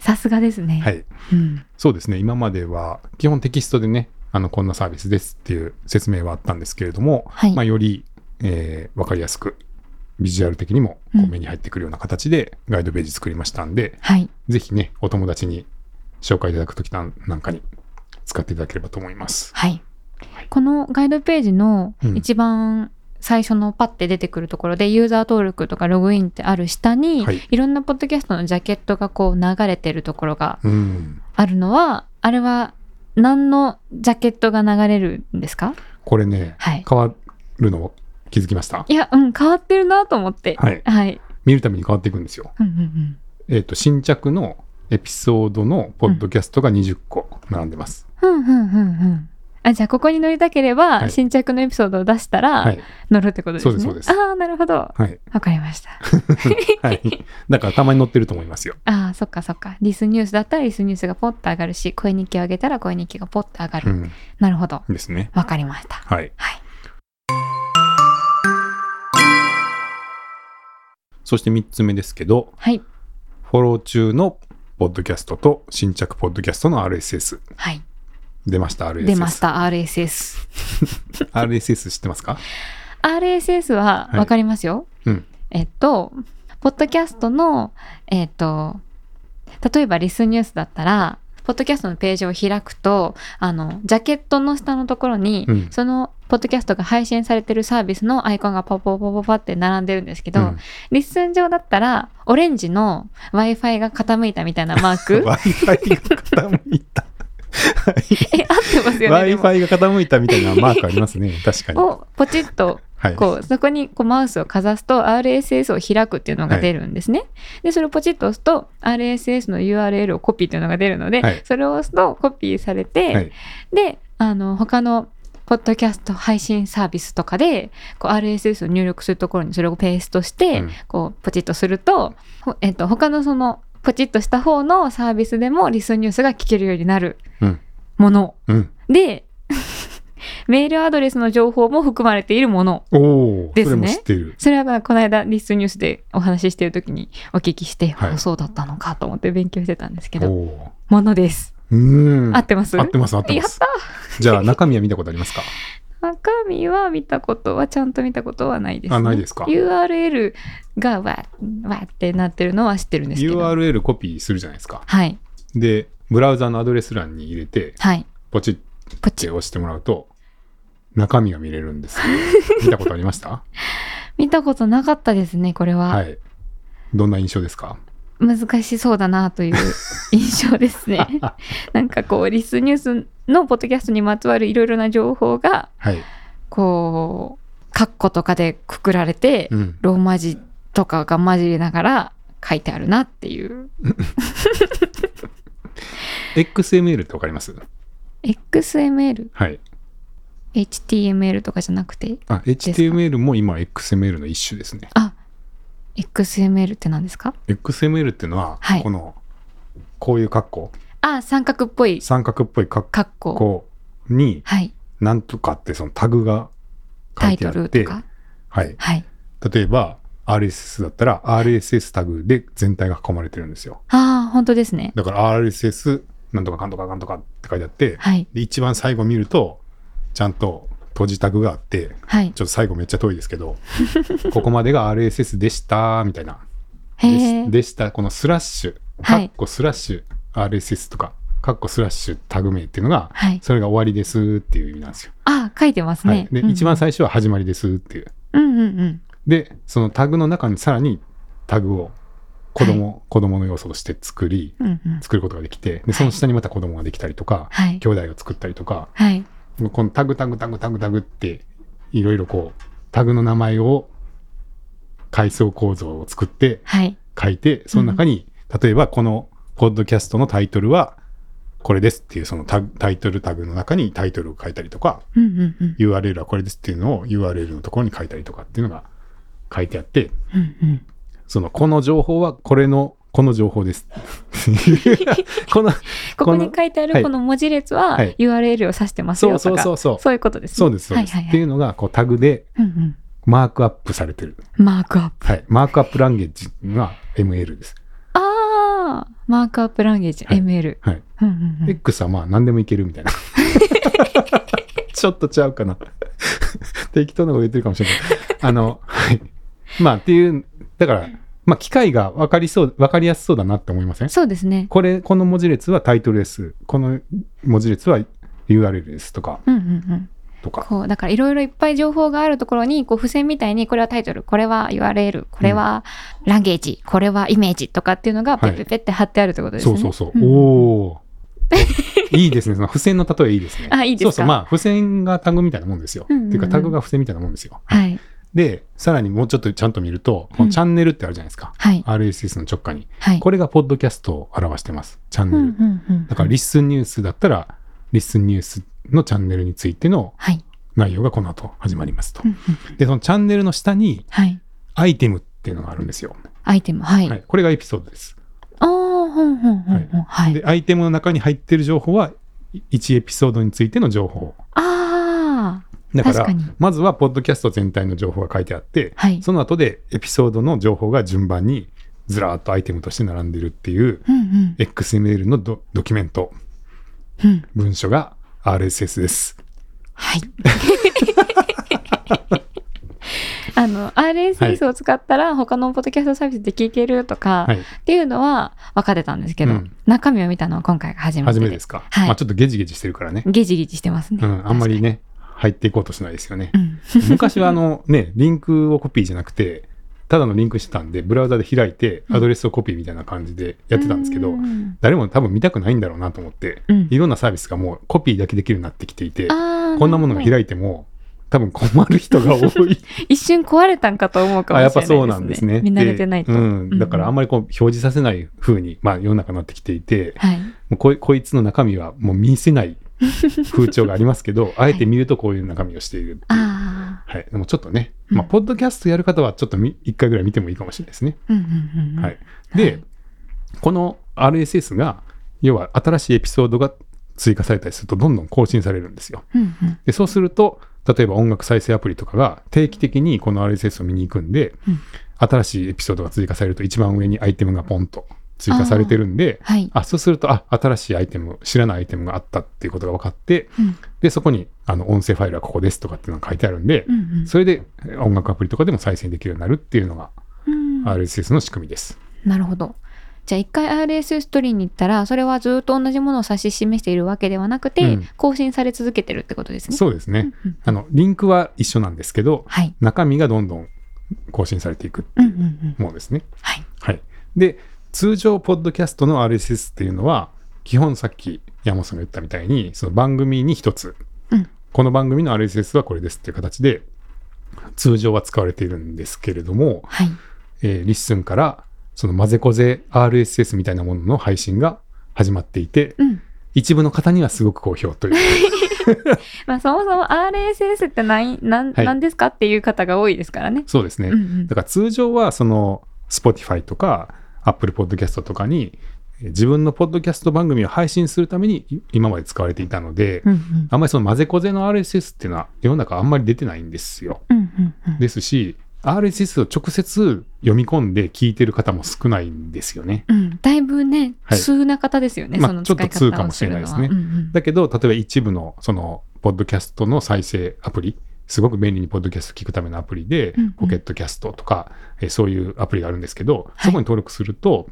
[SPEAKER 1] さすがですね。
[SPEAKER 2] はい。
[SPEAKER 1] うん。
[SPEAKER 2] そうですね。今までは、基本テキストでね、あの、こんなサービスですっていう説明はあったんですけれども、
[SPEAKER 1] はい
[SPEAKER 2] まあ、より、えーわかりやすく、ビジュアル的にもこう目に入ってくるような形でガイドページ作りましたんで、
[SPEAKER 1] はい。
[SPEAKER 2] ぜひね、お友達に紹介いただくときなんなんかに使っていただければと思います。
[SPEAKER 1] はい。このガイドページの
[SPEAKER 2] うん
[SPEAKER 1] 一番最初のパッて出てくるところで、ユーザー登録とかログインってある下に、
[SPEAKER 2] はいい、
[SPEAKER 1] ろんなポッドキャストのジャケットがこう流れてるところが
[SPEAKER 2] うん。
[SPEAKER 1] あるのは、あれは何のジャケットが流れるんですか
[SPEAKER 2] これね、
[SPEAKER 1] はい。
[SPEAKER 2] 変わるの気づきました。
[SPEAKER 1] いや、うん、変わってるなと思って。
[SPEAKER 2] はい。
[SPEAKER 1] はい。
[SPEAKER 2] 見るために変わっていくんですよ。
[SPEAKER 1] うんうんうん。
[SPEAKER 2] えっ、と、新着のエピソードのポッドキャストが20個並んでます。
[SPEAKER 1] うんうんうんうん。あじゃあここに乗りたければ、
[SPEAKER 2] はい
[SPEAKER 1] 新着のエピソードを出した
[SPEAKER 2] は
[SPEAKER 1] ら
[SPEAKER 2] い。
[SPEAKER 1] 乗るってことですね。
[SPEAKER 2] そうですそうです
[SPEAKER 1] ああなるほど。わ
[SPEAKER 2] はい。
[SPEAKER 1] かりました。 [laughs]
[SPEAKER 2] はい。だからたまに載ってると思いますよ。
[SPEAKER 1] ああそっかそっか。リスニュースだったらリスニュースがポッと上がるし声日記を上げたら声日記がポッと上が
[SPEAKER 2] う
[SPEAKER 1] る。
[SPEAKER 2] ん。
[SPEAKER 1] なるほど。
[SPEAKER 2] ですね。
[SPEAKER 1] わかりました。
[SPEAKER 2] はい。
[SPEAKER 1] はい。
[SPEAKER 2] そして3つ目ですけど、
[SPEAKER 1] はい。
[SPEAKER 2] フォロー中のポッドキャストと新着ポッドキャストの RSS。
[SPEAKER 1] はい。
[SPEAKER 2] 出ました、RSS。
[SPEAKER 1] 出まし。た RSS。
[SPEAKER 2] RSS 知ってますか
[SPEAKER 1] RSS は
[SPEAKER 2] はい
[SPEAKER 1] わかりますよ。
[SPEAKER 2] うん
[SPEAKER 1] えっとポッドキャストのえっと例えばリスニュースだったらポッドキャストのページを開くとあのジャケットの下のところに、
[SPEAKER 2] うん
[SPEAKER 1] そのポッドキャストが配信されてるサービスのアイコンがパパパパパって並んでるんですけど、
[SPEAKER 2] うん
[SPEAKER 1] リッスン上だったら、オレンジの Wi-Fi が傾いたみたいなマー
[SPEAKER 2] [laughs]
[SPEAKER 1] ク。
[SPEAKER 2] Wi-Fi が傾いた。
[SPEAKER 1] え、合ってますよね。 [laughs] でも
[SPEAKER 2] Wi-Fi が傾いたみたいなマークありま
[SPEAKER 1] [laughs]
[SPEAKER 2] すね。確かに。
[SPEAKER 1] をポチッと
[SPEAKER 2] はい。
[SPEAKER 1] こうそこにこうマウスをかざすと RSS を開くっていうのが出るんですね。でそれをポチッと押すと RSS の URL をコピーっていうのが出るので、
[SPEAKER 2] はい
[SPEAKER 1] それを押すとコピーされて、
[SPEAKER 2] はい
[SPEAKER 1] であの他のポッドキャスト配信サービスとかでこう RSS を入力するところにそれをペーストして、
[SPEAKER 2] うん
[SPEAKER 1] こうポチッとすると、ほえっと、他のそのポチッとした方のサービスでもリスンニュースが聞けるようになる
[SPEAKER 2] うん
[SPEAKER 1] もの、
[SPEAKER 2] うん。
[SPEAKER 1] で [laughs] メールアドレスの情報も含まれているもの
[SPEAKER 2] おお、
[SPEAKER 1] ですね
[SPEAKER 2] それも知ってる。
[SPEAKER 1] それはこの間リスニュースでお話ししてる時にお聞きして、
[SPEAKER 2] はい
[SPEAKER 1] あそうだったのかと思って勉強してたんですけ
[SPEAKER 2] お
[SPEAKER 1] ど
[SPEAKER 2] お
[SPEAKER 1] ものです、
[SPEAKER 2] ー。うーん。
[SPEAKER 1] 合ってます
[SPEAKER 2] 合ってます、合って
[SPEAKER 1] やっ
[SPEAKER 2] ます。
[SPEAKER 1] た
[SPEAKER 2] じゃあ、中身は見たことありますか
[SPEAKER 1] 中身は見たことはちゃんと見たことはないです、
[SPEAKER 2] あないですか
[SPEAKER 1] URL がわわってなってるのは知ってるんですけど
[SPEAKER 2] ?URL コピーするじゃないですか。
[SPEAKER 1] はい
[SPEAKER 2] で、ブラウザのアドレス欄に入れて、
[SPEAKER 1] はい
[SPEAKER 2] ポチッ
[SPEAKER 1] ポ
[SPEAKER 2] て
[SPEAKER 1] チ
[SPEAKER 2] 押してもらうと、中身が見れる
[SPEAKER 1] [laughs]
[SPEAKER 2] んですよ。見たことありました
[SPEAKER 1] 見たことなかったですねこれは、
[SPEAKER 2] はい。どんな印象ですか
[SPEAKER 1] 難しそうだなと
[SPEAKER 2] [laughs]
[SPEAKER 1] いう印象ですねなんかこうリスニュースのポッドキャストにまつわるいろいろな情報が
[SPEAKER 2] はい。
[SPEAKER 1] こうカッコとかでくくられて、
[SPEAKER 2] うん。
[SPEAKER 1] ローマ字とかが混じりながら書いてあるなっていう
[SPEAKER 2] XML ってわかります
[SPEAKER 1] XML
[SPEAKER 2] はい。
[SPEAKER 1] HTML とかじゃなくて
[SPEAKER 2] あ、HTML も今 XML の一種ですね。
[SPEAKER 1] あ XML って何ですか
[SPEAKER 2] XML っていうのは、
[SPEAKER 1] はい
[SPEAKER 2] この、こういう括弧、
[SPEAKER 1] あ三角っぽい
[SPEAKER 2] 三角っぽい括
[SPEAKER 1] カッコ
[SPEAKER 2] 弧に、
[SPEAKER 1] はい
[SPEAKER 2] なんとかってそのタグが書
[SPEAKER 1] タ
[SPEAKER 2] い
[SPEAKER 1] イ
[SPEAKER 2] て
[SPEAKER 1] ト
[SPEAKER 2] あっ
[SPEAKER 1] ル
[SPEAKER 2] て
[SPEAKER 1] と、か
[SPEAKER 2] はい。
[SPEAKER 1] はい
[SPEAKER 2] 例えば、RSS だったら、RSS タグで全体が囲まれてるんですよ。
[SPEAKER 1] ああ本当ですね
[SPEAKER 2] だから RSS なんとかかんとかかんとかって書いてあって、
[SPEAKER 1] はい
[SPEAKER 2] で一番最後見ると、ちゃんと閉じタグがあって、
[SPEAKER 1] はい
[SPEAKER 2] ちょっと最後めっちゃ遠いですけど、
[SPEAKER 1] [laughs]
[SPEAKER 2] ここまでが RSS でした、みたいな。
[SPEAKER 1] へ
[SPEAKER 2] で
[SPEAKER 1] え
[SPEAKER 2] しでした、このスラッシュ、
[SPEAKER 1] は
[SPEAKER 2] カ
[SPEAKER 1] い
[SPEAKER 2] ッコスラッシュ RSS とか、カッコスラッシュタグ名っていうのが、
[SPEAKER 1] はい
[SPEAKER 2] それが終わりですっていう意味なんですよ。
[SPEAKER 1] あ書いてます
[SPEAKER 2] はい
[SPEAKER 1] ね、
[SPEAKER 2] で、
[SPEAKER 1] うん
[SPEAKER 2] 一番最初は始まりですっていう。
[SPEAKER 1] うんうんうん
[SPEAKER 2] で、そのタグの中にさらにタグを子供、子供の要素として作り、
[SPEAKER 1] うんうん
[SPEAKER 2] 作ることができて、で、その下にまた子供ができたりとか、
[SPEAKER 1] はい
[SPEAKER 2] 兄弟が作ったりとか、
[SPEAKER 1] はい
[SPEAKER 2] このタグタグタグタグタグって、いろいろこう、タグの名前を階層構造を作って
[SPEAKER 1] はい
[SPEAKER 2] 書いて、その中に、例えばこのポッドキャストのタイトルは、これですっていうそのタグタイトルタグの中にタイトルを書いたりとか、
[SPEAKER 1] うんうんうん
[SPEAKER 2] URL はこれですっていうのを URL のところに書いたりとかっていうのが書いてあって、
[SPEAKER 1] うんうん
[SPEAKER 2] その、この情報はこれの、この情報です。 [laughs] この、
[SPEAKER 1] ここに書いてあ
[SPEAKER 2] は
[SPEAKER 1] る
[SPEAKER 2] い
[SPEAKER 1] この文字列は
[SPEAKER 2] はい
[SPEAKER 1] URL を指してます
[SPEAKER 2] そ
[SPEAKER 1] よ
[SPEAKER 2] う
[SPEAKER 1] とか、
[SPEAKER 2] そうそうそう。
[SPEAKER 1] そういうことですね。
[SPEAKER 2] そうです、そうです。
[SPEAKER 1] はい
[SPEAKER 2] っ
[SPEAKER 1] は
[SPEAKER 2] て
[SPEAKER 1] い
[SPEAKER 2] い
[SPEAKER 1] は
[SPEAKER 2] う
[SPEAKER 1] い。
[SPEAKER 2] のが、こう、タグで
[SPEAKER 1] うんうん
[SPEAKER 2] マークアップされてる。
[SPEAKER 1] マークアップ。
[SPEAKER 2] はい。マークアップランゲージが ML です。
[SPEAKER 1] ああ、マークアップランゲージ、
[SPEAKER 2] はい
[SPEAKER 1] ML。
[SPEAKER 2] はい。
[SPEAKER 1] うんうんうん
[SPEAKER 2] X はまあ、何でもいける
[SPEAKER 1] [laughs]
[SPEAKER 2] みたいな。ちょっとちゃうかな。 [laughs] 適当なこと言ってるかもしれない。あの、はい。まあ、っていう、だから、まあ、機械が分かりそう、分かりやすそうだなって思いません
[SPEAKER 1] そうですね。
[SPEAKER 2] これ、この文字列はタイトルです。この文字列は URL ですとか、
[SPEAKER 1] うんうんうん。
[SPEAKER 2] とか。
[SPEAKER 1] こう、だからいろいろいっぱい情報があるところに、こう、付箋みたいに、これはタイトル、これは URL、これはランゲージ、これはイメージとかっていうのが、ペ
[SPEAKER 2] はい
[SPEAKER 1] ペペって貼ってあるってことです
[SPEAKER 2] そ
[SPEAKER 1] ね。
[SPEAKER 2] うそうそう。
[SPEAKER 1] ん
[SPEAKER 2] お
[SPEAKER 1] [laughs]
[SPEAKER 2] ーいいですね。その付箋の例えいいですね。
[SPEAKER 1] あいいですか
[SPEAKER 2] そうそう。まあ、付箋がタグみたいなもんですよ。
[SPEAKER 1] うんうんうん
[SPEAKER 2] っていうか、タグが付箋みたいなもんですよ。
[SPEAKER 1] はい。
[SPEAKER 2] で、さらにもうちょっとちゃんと見ると、このチャンネルってあるじゃないですか。
[SPEAKER 1] はい。
[SPEAKER 2] RSS の直下に。
[SPEAKER 1] はい。
[SPEAKER 2] これがポッドキャストを表してます。チャン
[SPEAKER 1] う
[SPEAKER 2] ネ
[SPEAKER 1] ん
[SPEAKER 2] ル。
[SPEAKER 1] うんうん。
[SPEAKER 2] だから、リッスンニュースだったら、リッスンニュースのチャンネルについての
[SPEAKER 1] はい。
[SPEAKER 2] 内容がこの後始まりますと
[SPEAKER 1] うん。うん
[SPEAKER 2] で、そのチャンネルの下に、
[SPEAKER 1] はい。
[SPEAKER 2] アイテムっていうのがあるんですよ。
[SPEAKER 1] アイテム、はい。
[SPEAKER 2] はい、これがエピソードです。
[SPEAKER 1] ああ、ほんほんほんほん。はい。
[SPEAKER 2] で、アイテムの中に入ってる情報は、1エピソードについての情報。
[SPEAKER 1] ああ、
[SPEAKER 2] だか
[SPEAKER 1] 確
[SPEAKER 2] ら
[SPEAKER 1] かに
[SPEAKER 2] まずはポッドキャスト全体の情報が書いてあって、
[SPEAKER 1] はい
[SPEAKER 2] その後でエピソードの情報が順番にずらーっとアイテムとして並んでるっていう
[SPEAKER 1] うんうん。
[SPEAKER 2] XML のドドキュメント
[SPEAKER 1] うん。
[SPEAKER 2] 文書が RSS です。
[SPEAKER 1] はい。あの
[SPEAKER 2] は
[SPEAKER 1] RSS
[SPEAKER 2] い
[SPEAKER 1] を使ったら他のポッドキャストサービスで聞けるとか、
[SPEAKER 2] はい、
[SPEAKER 1] っていうのは分かってたんですけど、
[SPEAKER 2] うん
[SPEAKER 1] 中身を見たのは今回が初めて
[SPEAKER 2] 初
[SPEAKER 1] で
[SPEAKER 2] めてですか。
[SPEAKER 1] はい
[SPEAKER 2] まあちょっとゲジゲジしてるからね。
[SPEAKER 1] ゲジゲジしてますね。
[SPEAKER 2] うん、あんまりね、入っていこうとしないですよね
[SPEAKER 1] う。ん。
[SPEAKER 2] 昔はあのね、リンクをコピーじゃなくて、ただのリンクしてたんで、ブラウザで開いて、アドレスをコピーみたいな感じでやってたんですけど、
[SPEAKER 1] うん。
[SPEAKER 2] 誰も多分見たくないんだろうなと思って、
[SPEAKER 1] うん
[SPEAKER 2] いろんなサービスがもうコピーだけできるようになってきていて、
[SPEAKER 1] あー
[SPEAKER 2] こんなものが
[SPEAKER 1] るほ
[SPEAKER 2] 開いても、多分困る人が多
[SPEAKER 1] ど
[SPEAKER 2] い。
[SPEAKER 1] 一瞬壊れたんかと思うかも
[SPEAKER 2] あ
[SPEAKER 1] しれないですね。
[SPEAKER 2] やっぱそうなんですね。
[SPEAKER 1] 見慣れてないと。
[SPEAKER 2] でう
[SPEAKER 1] うん
[SPEAKER 2] ん。だからあんまりこう表示させない風に、まあ世の中になってきていて、
[SPEAKER 1] はい。
[SPEAKER 2] もうこいこいつの中身はもう見せない風潮がありますけど、あえて見るとこういう中身をしているっていう。
[SPEAKER 1] あ
[SPEAKER 2] はい。でもちょっとね、まあ、
[SPEAKER 1] うん
[SPEAKER 2] ポッドキャストやる方はちょっとみ一回ぐらい見てもいいかもしれないですね。
[SPEAKER 1] あ。うんうんうんうん。
[SPEAKER 2] はい。で、この RSS が、要は新しいエピソードが追加されたりすると、どんどん更新されるんですよ。
[SPEAKER 1] うんうん
[SPEAKER 2] で、そうすると、例えば音楽再生アプリとかが定期的にこの RSS を見に行くんで、
[SPEAKER 1] うん
[SPEAKER 2] 新しいエピソードが追加されると一番上にアイテムがポンと追加されてるんで、
[SPEAKER 1] はい。
[SPEAKER 2] あそうすると、あ、新しいアイテム、知らないアイテムがあったっていうことが分かって、
[SPEAKER 1] うん
[SPEAKER 2] で、そこに、あの、音声ファイルはここですとかっていうのが書いてあるんで、
[SPEAKER 1] うんうん
[SPEAKER 2] それでえ音楽アプリとかでも再生できるようになるっていうのが
[SPEAKER 1] うん。
[SPEAKER 2] RSS の仕組みです。
[SPEAKER 1] なるほど。じゃあ一回 RSS 取りに行ったらそれはずっと同じものを指し示しているわけではなくて、
[SPEAKER 2] うん
[SPEAKER 1] 更新され続けてるってことですね。
[SPEAKER 2] そうですね。
[SPEAKER 1] うんうん
[SPEAKER 2] あの、リンクは一緒なんですけど、
[SPEAKER 1] はい。
[SPEAKER 2] 中身がどんどん更新されていく
[SPEAKER 1] うんうんうん。
[SPEAKER 2] ものですね。
[SPEAKER 1] はい。
[SPEAKER 2] はい。で、通常、ポッドキャストの RSS っていうのは、基本さっき山本さんが言ったみたいに、その番組に一つ、
[SPEAKER 1] うん
[SPEAKER 2] この番組の RSS はこれですっていう形で、通常は使われているんですけれども、
[SPEAKER 1] はい。
[SPEAKER 2] えーリッスンから、その混ぜこぜ RSS みたいなものの配信が始まっていて、
[SPEAKER 1] うん。
[SPEAKER 2] 一部の方にはすごく好評という。
[SPEAKER 1] まあそもそも RSS って何なん、
[SPEAKER 2] はい
[SPEAKER 1] なんですかっていう方が多いですからね。
[SPEAKER 2] そうですね。
[SPEAKER 1] うんうん
[SPEAKER 2] だから通常はその Spotify とか Apple Podcast とかにえー自分のポッドキャスト番組を配信するためにい今まで使われていたので、
[SPEAKER 1] うんうん
[SPEAKER 2] あんまりその混ぜこぜの RSS っていうのは世の中あんまり出てないんですよ。
[SPEAKER 1] うんうんうん
[SPEAKER 2] ですし RSS を直接読み込んで聞いてる方も少ないんですよね。
[SPEAKER 1] うん、だいぶね、
[SPEAKER 2] はい
[SPEAKER 1] 通な方ですよね、
[SPEAKER 2] まあ
[SPEAKER 1] その使い
[SPEAKER 2] ちょっと通
[SPEAKER 1] 方
[SPEAKER 2] か
[SPEAKER 1] を
[SPEAKER 2] も
[SPEAKER 1] す
[SPEAKER 2] しれ
[SPEAKER 1] る
[SPEAKER 2] ない
[SPEAKER 1] の
[SPEAKER 2] で
[SPEAKER 1] は。
[SPEAKER 2] すね
[SPEAKER 1] うんうん
[SPEAKER 2] だけど例えば一部のそのポッドキャストの再生アプリすごく便利にポッドキャスト聞くためのアプリで、
[SPEAKER 1] うんうん
[SPEAKER 2] ポケットキャストとか、えーそういうアプリがあるんですけど、そこに登録すると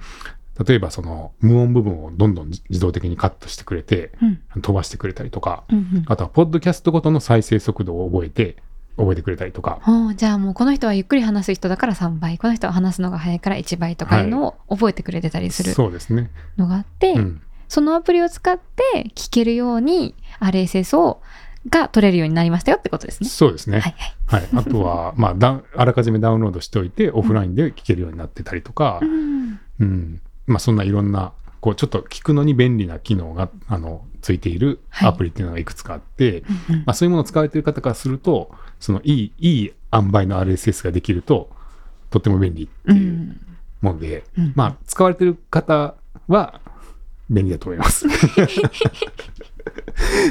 [SPEAKER 2] 例えばその無音部分をどんどん自動的にカットしてくれて
[SPEAKER 1] うん
[SPEAKER 2] 飛ばしてくれたりとか
[SPEAKER 1] うんうん
[SPEAKER 2] あとはポッドキャストごとの再生速度を覚えて覚えてくれたりとか
[SPEAKER 1] おーじゃあもうこの人はゆっくり話す人だから3倍この人は話すのが早いから1倍とかいうのを覚えてくれてたりする
[SPEAKER 2] そうですね、
[SPEAKER 1] のがあって、
[SPEAKER 2] うん、
[SPEAKER 1] そのアプリを使って聞けるように RSS をが取れるようになりましたよってことですね。
[SPEAKER 2] そうですね、
[SPEAKER 1] はいはい。
[SPEAKER 2] はい、あとは、まあ、ダウンあらかじめダウンロードしておいてオフラインで聞けるようになってたりとか、
[SPEAKER 1] うん
[SPEAKER 2] うん、まあそんないろんなこうちょっと聞くのに便利な機能があのついている
[SPEAKER 1] はい
[SPEAKER 2] アプリっていうのがいくつかあって、
[SPEAKER 1] うん
[SPEAKER 2] まあ、そういうものを使われている方からするとそのいいいい塩梅の RSS ができるととっても便利って
[SPEAKER 1] うん
[SPEAKER 2] いうもので、
[SPEAKER 1] うん
[SPEAKER 2] まあ使われている方は便利だと思
[SPEAKER 1] [laughs]
[SPEAKER 2] います。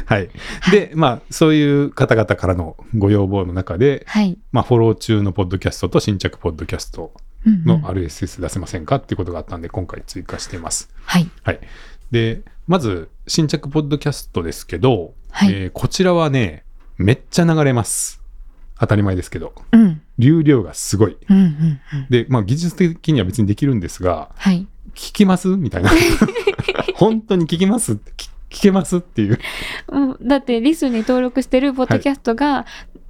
[SPEAKER 2] はい、でまあそういう方々からのご要望の中で、
[SPEAKER 1] はい。
[SPEAKER 2] まあ、フォロー中のポッドキャストと新着ポッドキャスト
[SPEAKER 1] うんうん
[SPEAKER 2] の RSS 出せませんかっていうことがあったんで、今回追加しています。
[SPEAKER 1] はい。
[SPEAKER 2] はい。で、まず、新着ポッドキャストですけど、
[SPEAKER 1] はい
[SPEAKER 2] えーこちらはね、めっちゃ流れます。当たり前ですけど、
[SPEAKER 1] うんうん
[SPEAKER 2] 流量がすごい。
[SPEAKER 1] うんうん
[SPEAKER 2] で、まあ、技術的には別にできるんですが、
[SPEAKER 1] はい。
[SPEAKER 2] 聞きます
[SPEAKER 1] [laughs]
[SPEAKER 2] みたいな。本当に聞きます聞聞けますっていう。
[SPEAKER 1] うんだってリスに登録してるポッドキャストが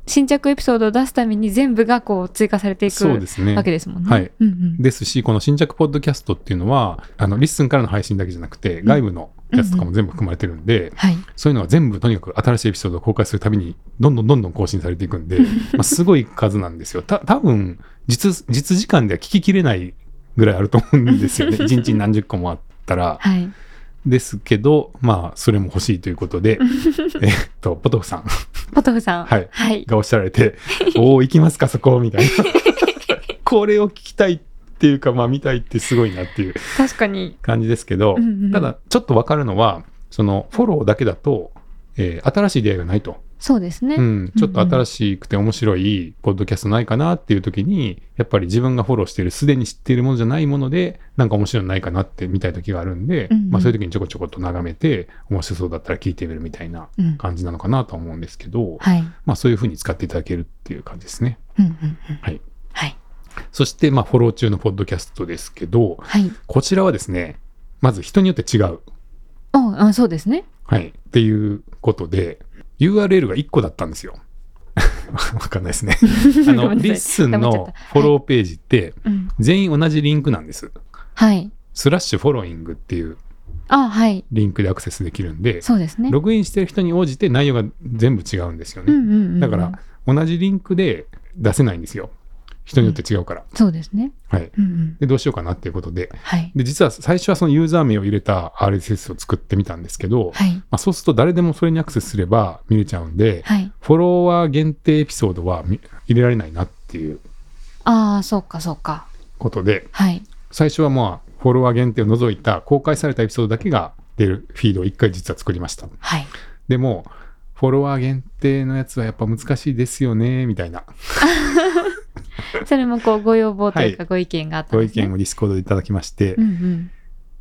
[SPEAKER 1] 新着エピソードを出すために全部がこう追加されていく
[SPEAKER 2] そうですね
[SPEAKER 1] わけ。ですもんね。
[SPEAKER 2] はい
[SPEAKER 1] うんうん
[SPEAKER 2] ですし、この新着ポッドキャストっていうのは、あの、リッスンからの配信だけじゃなくて、外部のやつとかも全部含まれてるんで、
[SPEAKER 1] はい。
[SPEAKER 2] そういうのは全部とにかく新しいエピソードを公開するたびにどんどんどんどん更新されていくん
[SPEAKER 1] [laughs]
[SPEAKER 2] で、まあ、すごい数なんですよ。た多分実実時間では聞ききれないぐらいあると思うんです
[SPEAKER 1] [laughs]
[SPEAKER 2] よね。一日に何十個もあったら。
[SPEAKER 1] はい。
[SPEAKER 2] ですけど、まあそれも欲しいというこ
[SPEAKER 1] [laughs]
[SPEAKER 2] とで、えっと、ポトフさん
[SPEAKER 1] ポトフさん。
[SPEAKER 2] はい
[SPEAKER 1] はい。
[SPEAKER 2] がおっしゃられて、おお、行きますかそこみ
[SPEAKER 1] [laughs]
[SPEAKER 2] たいな。これを聞きたいっていうか、まあ見たいってすごいなっていう
[SPEAKER 1] 確かに。
[SPEAKER 2] 感じですけど、
[SPEAKER 1] うんうん
[SPEAKER 2] ただちょっとわかるのは、そのフォローだけだと、えー新しい出会いがないと。
[SPEAKER 1] そうですね。
[SPEAKER 2] うん、ちょっと新しくて面白いポッドキャストないかなっていう時にやっぱり自分がフォローしてるすでに知っているものじゃないものでなんか面白いのないかなって見たい時があるんで、
[SPEAKER 1] うんうん
[SPEAKER 2] まあ、そういう時にちょこちょこと眺めて面白そうだったら聞いてみるみたいな
[SPEAKER 1] うん
[SPEAKER 2] 感じなのかなとは思うんですけど、
[SPEAKER 1] はい。
[SPEAKER 2] まあ、そういうふうに使っていただけるっていう感じですね。
[SPEAKER 1] うんうんうん
[SPEAKER 2] はい、
[SPEAKER 1] はい。
[SPEAKER 2] そしてまあフォロー中のポッドキャストですけど
[SPEAKER 1] はい。
[SPEAKER 2] こちらはですねまず人によって違う、
[SPEAKER 1] ああ、そうですね。
[SPEAKER 2] はい、っていうことで URL が1個だったんですよ。 [laughs] わかんないですね。
[SPEAKER 1] [laughs]
[SPEAKER 2] あ
[SPEAKER 1] ごめ
[SPEAKER 2] の、
[SPEAKER 1] んなさい
[SPEAKER 2] リッスンのフォローページって、
[SPEAKER 1] うん。
[SPEAKER 2] 全員同じリンクなんです。
[SPEAKER 1] はい。
[SPEAKER 2] スラッシュフォローイングっていう
[SPEAKER 1] あ、はい。
[SPEAKER 2] リンクでアクセスできるんで、
[SPEAKER 1] そうですね。
[SPEAKER 2] ログインしてる人に応じて内容が全部違うんですよ
[SPEAKER 1] うん
[SPEAKER 2] ね。
[SPEAKER 1] うんうんうん。
[SPEAKER 2] だから、同じリンクで出せないんですよ。人によって違うから。
[SPEAKER 1] そうですね。
[SPEAKER 2] はい。
[SPEAKER 1] うんうん。
[SPEAKER 2] で、どうしようかなっていうことで。
[SPEAKER 1] はい。
[SPEAKER 2] で、実は最初はそのユーザー名を入れた RSS を作ってみたんですけど、
[SPEAKER 1] はい。
[SPEAKER 2] まあ、そうすると誰でもそれにアクセスすれば見れちゃうんで、
[SPEAKER 1] はい。
[SPEAKER 2] フォロワー限定エピソードはみ入れられないなっていう
[SPEAKER 1] ああ、そうか、そうか。
[SPEAKER 2] ことで、
[SPEAKER 1] はい。
[SPEAKER 2] 最初はまあ、フォロワー限定を除いた公開されたエピソードだけが出るフィードを一回実は作りました。
[SPEAKER 1] はい。
[SPEAKER 2] でも、フォロワー限定のやつはやっぱ難しいですよね、みたいな
[SPEAKER 1] それもこう、ご要望という
[SPEAKER 2] は
[SPEAKER 1] か、ご意見があったん
[SPEAKER 2] ご
[SPEAKER 1] で
[SPEAKER 2] 意
[SPEAKER 1] すね。
[SPEAKER 2] 見をディスコードでいただきまして、
[SPEAKER 1] うんうん。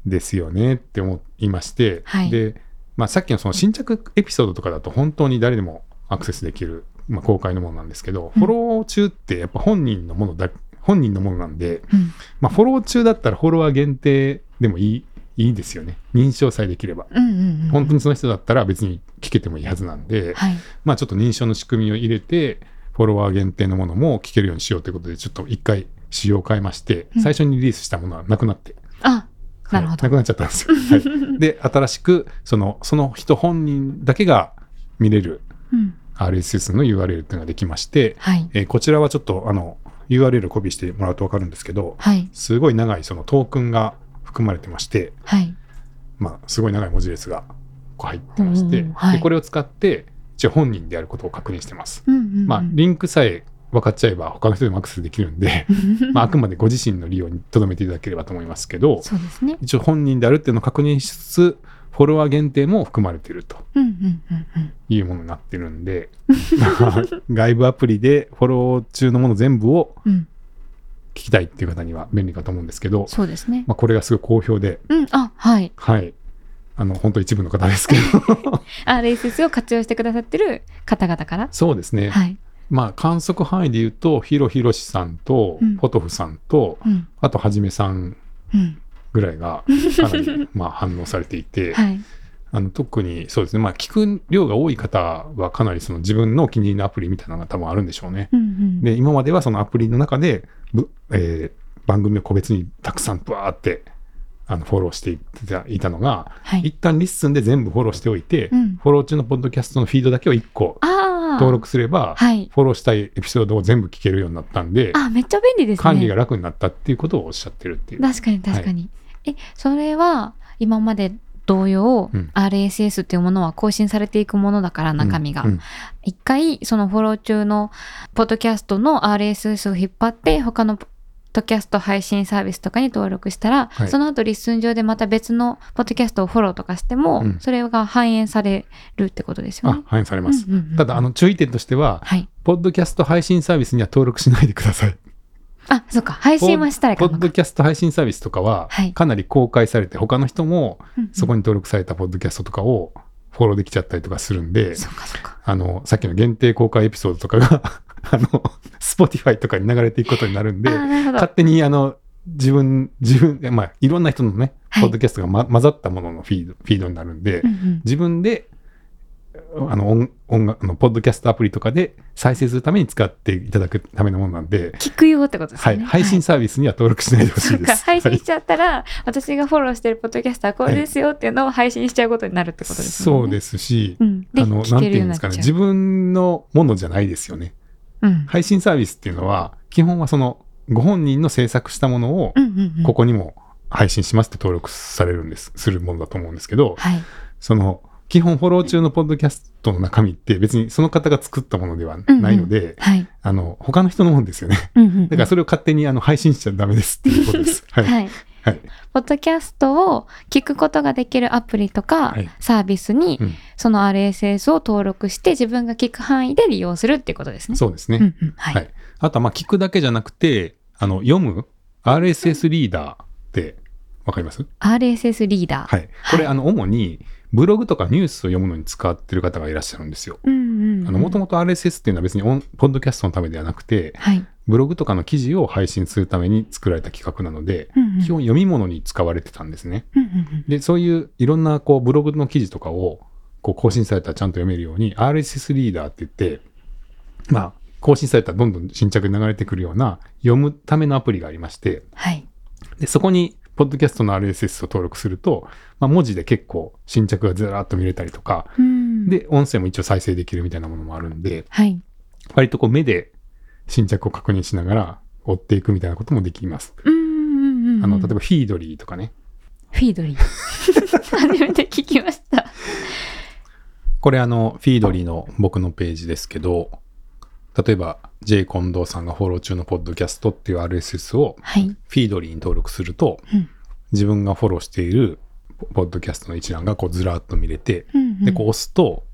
[SPEAKER 2] ですよねって思いまして、
[SPEAKER 1] はい
[SPEAKER 2] で、まあ、さっきのその新着エピソードとかだと本当に誰でもアクセスできる、まあ、公開のものなんですけど、
[SPEAKER 1] うん
[SPEAKER 2] フォロー中ってやっぱ本人のものだ本人のものなんで、
[SPEAKER 1] うん。
[SPEAKER 2] まあ、フォロー中だったらフォロワー限定でもいいいいですよね認証さえできれば。
[SPEAKER 1] うんうんうん。
[SPEAKER 2] 本当にその人だったら別に聞けてもいいはずなんで、
[SPEAKER 1] はい。
[SPEAKER 2] まあ、ちょっと認証の仕組みを入れて、フォロワー限定のものも聞けるようにしようということで、ちょっと一回仕様を変えまして、
[SPEAKER 1] うん
[SPEAKER 2] 最初にリリースしたものはなくなって、
[SPEAKER 1] あ、なるほ
[SPEAKER 2] は
[SPEAKER 1] ど
[SPEAKER 2] いな。くなっちゃったんですよ。
[SPEAKER 1] [laughs]
[SPEAKER 2] はい、で、新しくその、その人本人だけが見れる
[SPEAKER 1] うん。
[SPEAKER 2] RSS の URL っていうのができまして、
[SPEAKER 1] はい。
[SPEAKER 2] えーこちらはちょっとあの URL をコピーしてもらうと分かるんですけど、
[SPEAKER 1] はい。
[SPEAKER 2] すごい長いそのトークンが含まれてまして、
[SPEAKER 1] はい。
[SPEAKER 2] まあ、すごい長い文字列がこう入ってまして、
[SPEAKER 1] うんはい
[SPEAKER 2] でこれを使って、一応本人であることを確認してます。
[SPEAKER 1] うんうんうん。
[SPEAKER 2] まあ、リンクさえ分かっちゃえば他の人でもアクセスできるんで、
[SPEAKER 1] [laughs]
[SPEAKER 2] まあ、あくまでご自身の利用に留めていただければと思いますけど、
[SPEAKER 1] そうですね。
[SPEAKER 2] 一応本人であるっていうのを確認しつつ、フォロワー限定も含まれていると
[SPEAKER 1] うんうんうんうん。
[SPEAKER 2] いうものになってるん
[SPEAKER 1] [laughs]
[SPEAKER 2] で、 [laughs] まあ外部アプリでフォロー中のもの全部を
[SPEAKER 1] うん。
[SPEAKER 2] 聞きたいっていう方には便利かと思うんですけど、
[SPEAKER 1] そうですね。
[SPEAKER 2] まあ、これがすごい好評で、
[SPEAKER 1] うん。あ、はい。
[SPEAKER 2] はい。あの、本当一部の方ですけ
[SPEAKER 1] [laughs]
[SPEAKER 2] ど、 [laughs]
[SPEAKER 1] RSS を活用してくださってる方々から。
[SPEAKER 2] そうですね。
[SPEAKER 1] はい。
[SPEAKER 2] まあ、観測範囲で言うと、ヒロヒロシさんと
[SPEAKER 1] うん、
[SPEAKER 2] ポトフさんと、
[SPEAKER 1] うん。
[SPEAKER 2] あとはじめさん
[SPEAKER 1] うん。
[SPEAKER 2] ぐらいがかなりまあ反応されていて、
[SPEAKER 1] はい。
[SPEAKER 2] あの特にそうですね、まあ、聞く量が多い方はかなりその自分のお気に入りのアプリみたいなのが多分あるんでしょうね。
[SPEAKER 1] うんうん。
[SPEAKER 2] で今まではそのアプリの中で、ぶえー番組を個別にたくさんブワーってあのフォローしていたいたのが、
[SPEAKER 1] はい。
[SPEAKER 2] 一旦リッスンで全部フォローしておいて、
[SPEAKER 1] うん。
[SPEAKER 2] フォロー中のポッドキャストのフィードだけを1個
[SPEAKER 1] ああ。
[SPEAKER 2] 登録すれば、
[SPEAKER 1] はい。
[SPEAKER 2] フォローしたいエピソードを全部聞けるようになったんで、
[SPEAKER 1] あ、めっちゃ便利ですね。
[SPEAKER 2] 管理が楽になったっていうことをおっしゃってるっていう。
[SPEAKER 1] 確かに確かに。え、それは今まで同様、
[SPEAKER 2] うん
[SPEAKER 1] RSS っていうものは更新されていくものだから中身が。
[SPEAKER 2] うんうん
[SPEAKER 1] 一回そのフォロー中のポッドキャストの RSS を引っ張って他のポッドキャスト配信サービスとかに登録したら、
[SPEAKER 2] はい
[SPEAKER 1] その後リッスン上でまた別のポッドキャストをフォローとかしても、
[SPEAKER 2] うん
[SPEAKER 1] それが反映されるってことですよ
[SPEAKER 2] あ
[SPEAKER 1] ね。
[SPEAKER 2] 反映されます。
[SPEAKER 1] うんうんうん
[SPEAKER 2] ただ、あの、注意点としては、
[SPEAKER 1] はい。
[SPEAKER 2] ポッドキャスト配信サービスには登録しないでください。
[SPEAKER 1] あ、そっか。配信はしたらいい
[SPEAKER 2] ポ
[SPEAKER 1] か
[SPEAKER 2] ッドキャスト配信サービスとかは
[SPEAKER 1] はい、
[SPEAKER 2] かなり公開されて、他の人もそこ
[SPEAKER 1] に。
[SPEAKER 2] に登録されたポッドキャストとかをフォローできちゃったりとかするんで、
[SPEAKER 1] そっかそっか。
[SPEAKER 2] あの、さっきの限定公開エピソードとかが、 [laughs] あの、Spotify とかに流れていくことになるん
[SPEAKER 1] あ
[SPEAKER 2] で、
[SPEAKER 1] ー、なるほど。
[SPEAKER 2] 勝手に、あの、自分、自分、まあ、いろんな人のね、
[SPEAKER 1] はい
[SPEAKER 2] ポッドキャストが、ま混ざったもののフィード、フィードになるんで、
[SPEAKER 1] うんうん
[SPEAKER 2] 自分で、あの、音音楽あの、ポッドキャストアプリとかで再生するために使っていただくためのものなんで、
[SPEAKER 1] 聞くよってことです
[SPEAKER 2] は
[SPEAKER 1] よ
[SPEAKER 2] い、
[SPEAKER 1] ね。
[SPEAKER 2] 配信サービスには登録しないでほし
[SPEAKER 1] そ
[SPEAKER 2] いうで
[SPEAKER 1] か
[SPEAKER 2] す。
[SPEAKER 1] 配信
[SPEAKER 2] はい
[SPEAKER 1] しちゃったら、私がフォローしてるポッドキャストはこれですよっていうのを配信しちゃうことになるってことです
[SPEAKER 2] そ
[SPEAKER 1] もん
[SPEAKER 2] う
[SPEAKER 1] ね。
[SPEAKER 2] ですし、
[SPEAKER 1] うん、で
[SPEAKER 2] あの、
[SPEAKER 1] 聞
[SPEAKER 2] なんて
[SPEAKER 1] ける
[SPEAKER 2] い
[SPEAKER 1] ようんに
[SPEAKER 2] うで
[SPEAKER 1] なっち
[SPEAKER 2] す
[SPEAKER 1] ゃ
[SPEAKER 2] か
[SPEAKER 1] う。
[SPEAKER 2] ね、自分のものじゃないですよね。
[SPEAKER 1] うん
[SPEAKER 2] 配信サービスっていうのは、基本はその、ご本人の制作したものを
[SPEAKER 1] う、んうんうん
[SPEAKER 2] ここにも配信しますって登録されるんです、するものだと思うんですけど、
[SPEAKER 1] はい。
[SPEAKER 2] その、基本フォロー中のポッドキャストの中身って別にその方が作ったものではないので、
[SPEAKER 1] はい。
[SPEAKER 2] あの、他の人のもんですよね。
[SPEAKER 1] うんうんうん
[SPEAKER 2] だからそれを勝手にあの配信しちゃダメですっていうこと
[SPEAKER 1] [laughs]
[SPEAKER 2] です。はい。
[SPEAKER 1] はい。
[SPEAKER 2] はい。
[SPEAKER 1] ポッドキャストを聞くことができるアプリとか、
[SPEAKER 2] はい
[SPEAKER 1] サービスに
[SPEAKER 2] うん
[SPEAKER 1] その RSS を登録して自分が聞く範囲で利用するっていうことですね。
[SPEAKER 2] そうですね。
[SPEAKER 1] うんうんはい。
[SPEAKER 2] はいあとは、まあ、聞くだけじゃなくて、あの、読む ?RSS リーダーって、わかります
[SPEAKER 1] RSS リーダー。
[SPEAKER 2] はい。これ、あの、主に、ブログとかニュースを読むのに使ってる方がいらっしゃるんですよ。
[SPEAKER 1] うんうんうん
[SPEAKER 2] あの、もともと RSS っていうのは別にオン、ポッドキャストのためではなくて、
[SPEAKER 1] はい。
[SPEAKER 2] ブログとかの記事を配信するために作られた企画なので、
[SPEAKER 1] うんうん
[SPEAKER 2] 基本読み物に使われてたんですね。
[SPEAKER 1] うんうんうん
[SPEAKER 2] で、そういういろんなこうブログの記事とかをこう更新されたらちゃんと読めるように RSS リーダーって言って、まあ、更新されたらどんどん新着に流れてくるような読むためのアプリがありまして、
[SPEAKER 1] はい。
[SPEAKER 2] で、そこに、ポッドキャストの RSS を登録すると、まあ、文字で結構新着がずらーっと見れたりとか、
[SPEAKER 1] うん。、
[SPEAKER 2] で、音声も一応再生できるみたいなものもあるんで、
[SPEAKER 1] はい。
[SPEAKER 2] 割とこう目で新着を確認しながら追っていくみたいなこともできます。
[SPEAKER 1] うんうんうんうん。
[SPEAKER 2] あの、例えばフィードリーとかね。
[SPEAKER 1] フィード
[SPEAKER 2] [laughs]
[SPEAKER 1] リー。初めて聞きました。
[SPEAKER 2] これあの、フィードリーの僕のページですけど、例えば J 近藤さんがフォロー中のポッドキャストっていう RSS を
[SPEAKER 1] はい。
[SPEAKER 2] フィードリーに登録すると、
[SPEAKER 1] うん
[SPEAKER 2] 自分がフォローしているポッドキャストの一覧がこうずらーっと見れて、で、こう押すと、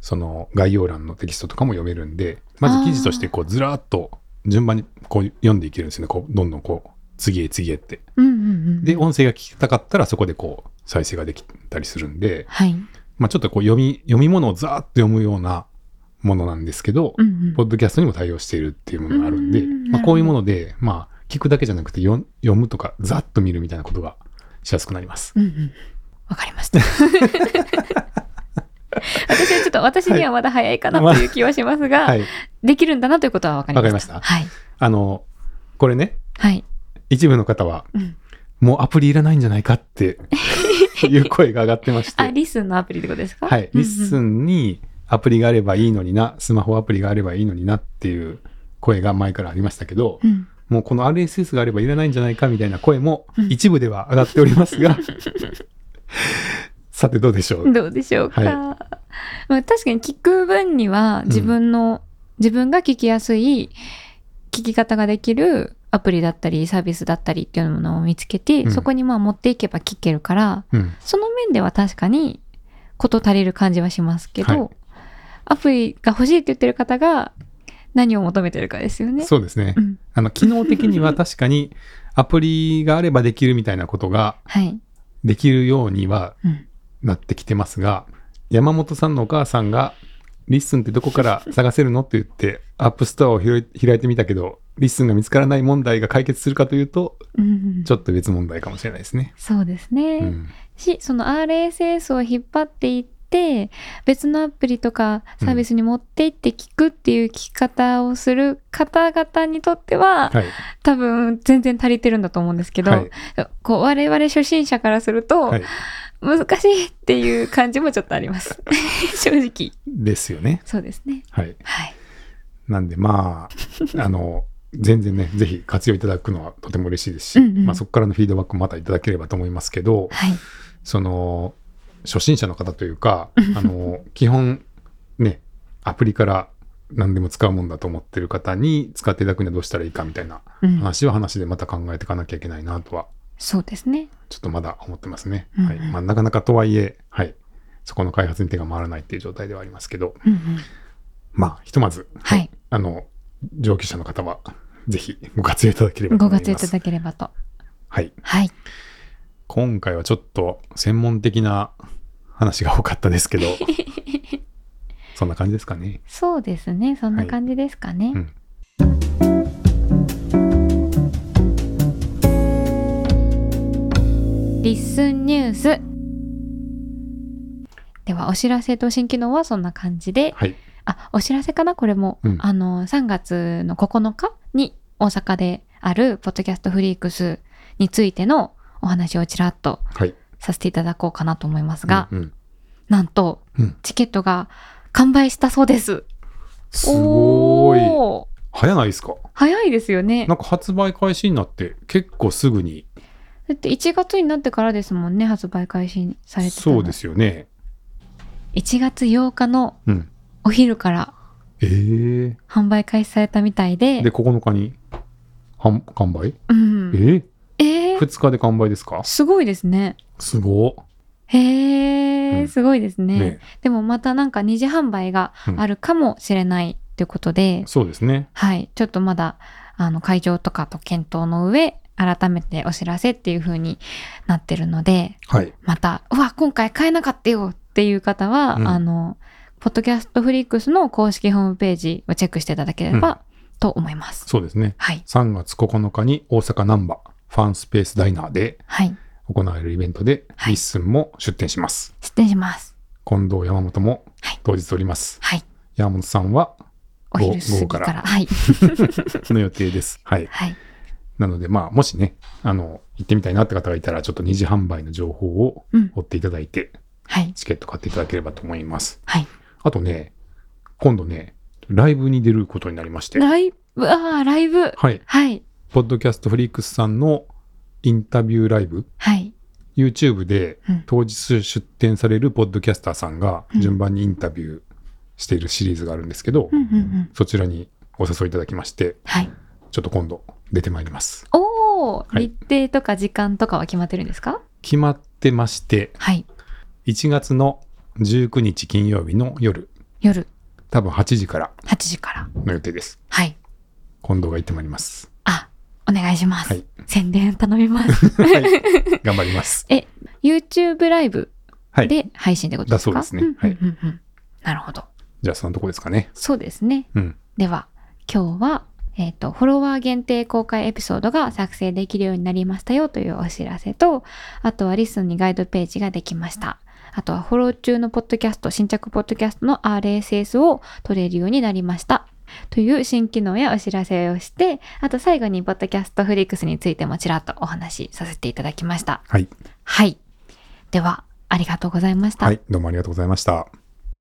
[SPEAKER 2] その概要欄のテキストとかも読めるんで、まず記事としてこうずらーっと順番にこう読んでいけるんですよね。こうどんどんこう次へ次へって。
[SPEAKER 1] うん。うんうんうん。
[SPEAKER 2] で、、音声が聞きたかったらそこでこう再生ができたりするんで、
[SPEAKER 1] はい。
[SPEAKER 2] まあちょっとこう読み、読み物をざーっと読むようなものなんですけど、
[SPEAKER 1] うんうん。
[SPEAKER 2] ポッドキャストにも対応しているっていうものがあるんで、
[SPEAKER 1] うん
[SPEAKER 2] まあ、こういうもので、まあ聞くだけじゃなくて読読むとかざっと見るみたいなことがしやすくなります。
[SPEAKER 1] うんうん。わかりま [laughs] した。私はちょっと、私にはまだ早いかなという気はしますが、
[SPEAKER 2] はい。
[SPEAKER 1] できるんだなということはわかりました。
[SPEAKER 2] わかりました
[SPEAKER 1] はい。
[SPEAKER 2] あの、これね、
[SPEAKER 1] はい。
[SPEAKER 2] 一部の方は、
[SPEAKER 1] うん
[SPEAKER 2] もうアプリいらないんじゃないかっていう声が上がってま
[SPEAKER 1] [laughs]
[SPEAKER 2] して、
[SPEAKER 1] あ、リスンのアプリってことですか
[SPEAKER 2] はい、リッス
[SPEAKER 1] ン。
[SPEAKER 2] ンにアプリがあればいいのにな、スマホアプリがあればいいのになっていう声が前からありましたけど、
[SPEAKER 1] うん。
[SPEAKER 2] もうこの RSS があればいらないんじゃないかみたいな声も
[SPEAKER 1] うん
[SPEAKER 2] 一部では上がっておりま
[SPEAKER 1] [laughs]
[SPEAKER 2] すが、さてどうでしょう、
[SPEAKER 1] どうでしょうか。
[SPEAKER 2] はい
[SPEAKER 1] まあ、確かに聞く分には自分の、自分が聞きやすい聞き方ができるアプリだったりサービスだったりっていうものを見つけて、
[SPEAKER 2] うん
[SPEAKER 1] そこにまあ持っていけば聞けるから
[SPEAKER 2] うん、
[SPEAKER 1] その面では確かに事足りる感じはしますけど、
[SPEAKER 2] はい
[SPEAKER 1] アプリが欲しいって言ってる方が何を求めてるかですよね。
[SPEAKER 2] そうですね。
[SPEAKER 1] うん
[SPEAKER 2] あの、機能的には確かにアプリがあればできるみたいなことが
[SPEAKER 1] はい、
[SPEAKER 2] できるようには
[SPEAKER 1] うん
[SPEAKER 2] なってきてますが、山本さんのお母さんが、リッスンってどこから探せるのって言って、アップストアを開い開いてみたけど、リッスンが見つからない問題が解決するかというと、
[SPEAKER 1] うん
[SPEAKER 2] ちょっと別問題かもしれないですね。
[SPEAKER 1] そうですね。
[SPEAKER 2] うん。
[SPEAKER 1] しその RSS を引っ張っていって別のアプリとかサービスに持っていって聞くっていう聞き方をする方々にとっては、
[SPEAKER 2] はい。
[SPEAKER 1] 多分全然足りてるんだと思うんですけど、
[SPEAKER 2] はい。
[SPEAKER 1] こう我々初心者からすると、
[SPEAKER 2] はい
[SPEAKER 1] 難しいっていう感じもちょっとあります [laughs] 正直
[SPEAKER 2] ですよね。
[SPEAKER 1] そうですね
[SPEAKER 2] はい。
[SPEAKER 1] はい
[SPEAKER 2] なんで、まあ、あの、全然ね、ぜひ活用いただくのはとても嬉しいですし、
[SPEAKER 1] うんうん
[SPEAKER 2] まあ、そこからのフィードバックもまたいただければと思いますけど、
[SPEAKER 1] はい
[SPEAKER 2] その初心者の方とい
[SPEAKER 1] [laughs]
[SPEAKER 2] うかあの基本ねアプリから何でも使うもんだと思ってる方に使っていただくにはどうしたらいいかみたいな
[SPEAKER 1] うん
[SPEAKER 2] 話は話でまた考えていかなきゃいけないなとは
[SPEAKER 1] そうですね
[SPEAKER 2] ちょっとまだ思ってますね。
[SPEAKER 1] うんうん
[SPEAKER 2] はいまあ、なかなかとはいえ、はい、そこの開発に手が回らないっていう状態ではありますけど
[SPEAKER 1] うんうん
[SPEAKER 2] まあひとまず、
[SPEAKER 1] はい
[SPEAKER 2] あの上級者の方はぜひご活用いただければと
[SPEAKER 1] ご
[SPEAKER 2] 思いま
[SPEAKER 1] 活
[SPEAKER 2] す。
[SPEAKER 1] 用いただければと
[SPEAKER 2] はい
[SPEAKER 1] はい
[SPEAKER 2] 今回はちょっと専門的な話が多かったです
[SPEAKER 1] [laughs]
[SPEAKER 2] けどそんな感じですかね
[SPEAKER 1] そうですねそんな感じですかね、
[SPEAKER 2] うん
[SPEAKER 1] リッスンニュースではお知らせと新機能はそんな感じで
[SPEAKER 2] はい
[SPEAKER 1] あお知らせかなこれも、
[SPEAKER 2] うん
[SPEAKER 1] あの3月の9日に大阪であるポッドキャストフリークスについてのお話をちらっと
[SPEAKER 2] はい
[SPEAKER 1] させていただこうかなと思いますが、
[SPEAKER 2] うんうん
[SPEAKER 1] なんと
[SPEAKER 2] うん
[SPEAKER 1] チケットが完売したそうです。
[SPEAKER 2] すごい
[SPEAKER 1] おー
[SPEAKER 2] 早ないですか
[SPEAKER 1] 早いですよね
[SPEAKER 2] な。んか発売開始になって結構すぐに
[SPEAKER 1] だって1月になってからですもんね発売開始されてたの
[SPEAKER 2] そうですよね
[SPEAKER 1] 1月8日の
[SPEAKER 2] うん
[SPEAKER 1] お昼から
[SPEAKER 2] えー、
[SPEAKER 1] 販売開始されたみたいで
[SPEAKER 2] で9日に販完売
[SPEAKER 1] うん、
[SPEAKER 2] え
[SPEAKER 1] えー
[SPEAKER 2] 2日で完売ですか
[SPEAKER 1] すごいですね。
[SPEAKER 2] すごっ
[SPEAKER 1] へえ、
[SPEAKER 2] うん
[SPEAKER 1] すごいですね
[SPEAKER 2] ね
[SPEAKER 1] でもまたなんか二次販売があるかもしれないということで、
[SPEAKER 2] そうですね
[SPEAKER 1] はい、ちょっとまだあの会場とかと検討の上、改めてお知らせっていう風になってるので、
[SPEAKER 2] はい
[SPEAKER 1] また、うわ、今回買えなかったよっていう方は、
[SPEAKER 2] うん
[SPEAKER 1] あの、ポッドキャストフリークスの公式ホームページをチェックしていただければと思います。
[SPEAKER 2] そうですね
[SPEAKER 1] はい、
[SPEAKER 2] 3月9日に大阪難波ファンスペースダイナーで
[SPEAKER 1] はい、
[SPEAKER 2] 行われるイベントで、
[SPEAKER 1] はい
[SPEAKER 2] リッスンも出店します
[SPEAKER 1] 失礼します。
[SPEAKER 2] 近藤山本も
[SPEAKER 1] はい
[SPEAKER 2] 当日おります。
[SPEAKER 1] はい。
[SPEAKER 2] 山本さ
[SPEAKER 1] [laughs]
[SPEAKER 2] んは
[SPEAKER 1] お昼過ぎ
[SPEAKER 2] 午後
[SPEAKER 1] から。
[SPEAKER 2] から
[SPEAKER 1] はい。
[SPEAKER 2] の予定です。はい。
[SPEAKER 1] はい。
[SPEAKER 2] なので、まあ、もしね、あの、行ってみたいなって方がいたら、ちょっと二次販売の情報を
[SPEAKER 1] うん
[SPEAKER 2] 追っていただいて、
[SPEAKER 1] はい。
[SPEAKER 2] チケット買っていただければと思います。
[SPEAKER 1] はい。
[SPEAKER 2] あとね、今度ね、ライブに出ることになりまして、
[SPEAKER 1] ライブ、ああ、ライブ。
[SPEAKER 2] はい。
[SPEAKER 1] はい。
[SPEAKER 2] ポッドキャストフリークスさんのインタビューライブ、
[SPEAKER 1] はい。
[SPEAKER 2] YouTube で
[SPEAKER 1] うん
[SPEAKER 2] 当日出展されるポッドキャスターさんが
[SPEAKER 1] うん
[SPEAKER 2] 順番にインタビューしているシリーズがあるんですけど、
[SPEAKER 1] うんうんうん。
[SPEAKER 2] そちらにお誘いいただきまして、
[SPEAKER 1] はい。
[SPEAKER 2] ちょっと今度出てまいります。
[SPEAKER 1] おー、
[SPEAKER 2] はい
[SPEAKER 1] 日程とか時間とかは決まってるんですか
[SPEAKER 2] 決まってまして、
[SPEAKER 1] はい。
[SPEAKER 2] 1月の19日金曜日の夜、
[SPEAKER 1] 夜
[SPEAKER 2] 多分8時から
[SPEAKER 1] 8時から。
[SPEAKER 2] の予定です。
[SPEAKER 1] はい。
[SPEAKER 2] 近藤が行ってまいり
[SPEAKER 1] [laughs]
[SPEAKER 2] ます。
[SPEAKER 1] あ、お願いします。
[SPEAKER 2] はい
[SPEAKER 1] 宣伝頼み
[SPEAKER 2] [laughs]
[SPEAKER 1] ます。
[SPEAKER 2] はい、頑張ります。
[SPEAKER 1] YouTube ライブ
[SPEAKER 2] はい。
[SPEAKER 1] で配信ってことですか、
[SPEAKER 2] だそうですねはい
[SPEAKER 1] んうんうんうんなるほど。
[SPEAKER 2] じゃあそのとこですかね。
[SPEAKER 1] そうですね。
[SPEAKER 2] うん。
[SPEAKER 1] では、今日は、えっ、と、フォロワー限定公開エピソードが作成できるようになりましたよというお知らせと、あとはリスンにガイドページができました。あとはフォロー中のポッドキャスト、新着ポッドキャストの RSS を取れるようになりました。という新機能やお知らせをして、あと最後にポッドキャストフリックスについてもちらっとお話しさせていただきました。
[SPEAKER 2] はい。
[SPEAKER 1] はい。では、ありがとうございました。
[SPEAKER 2] はい。どうもありがとうございました。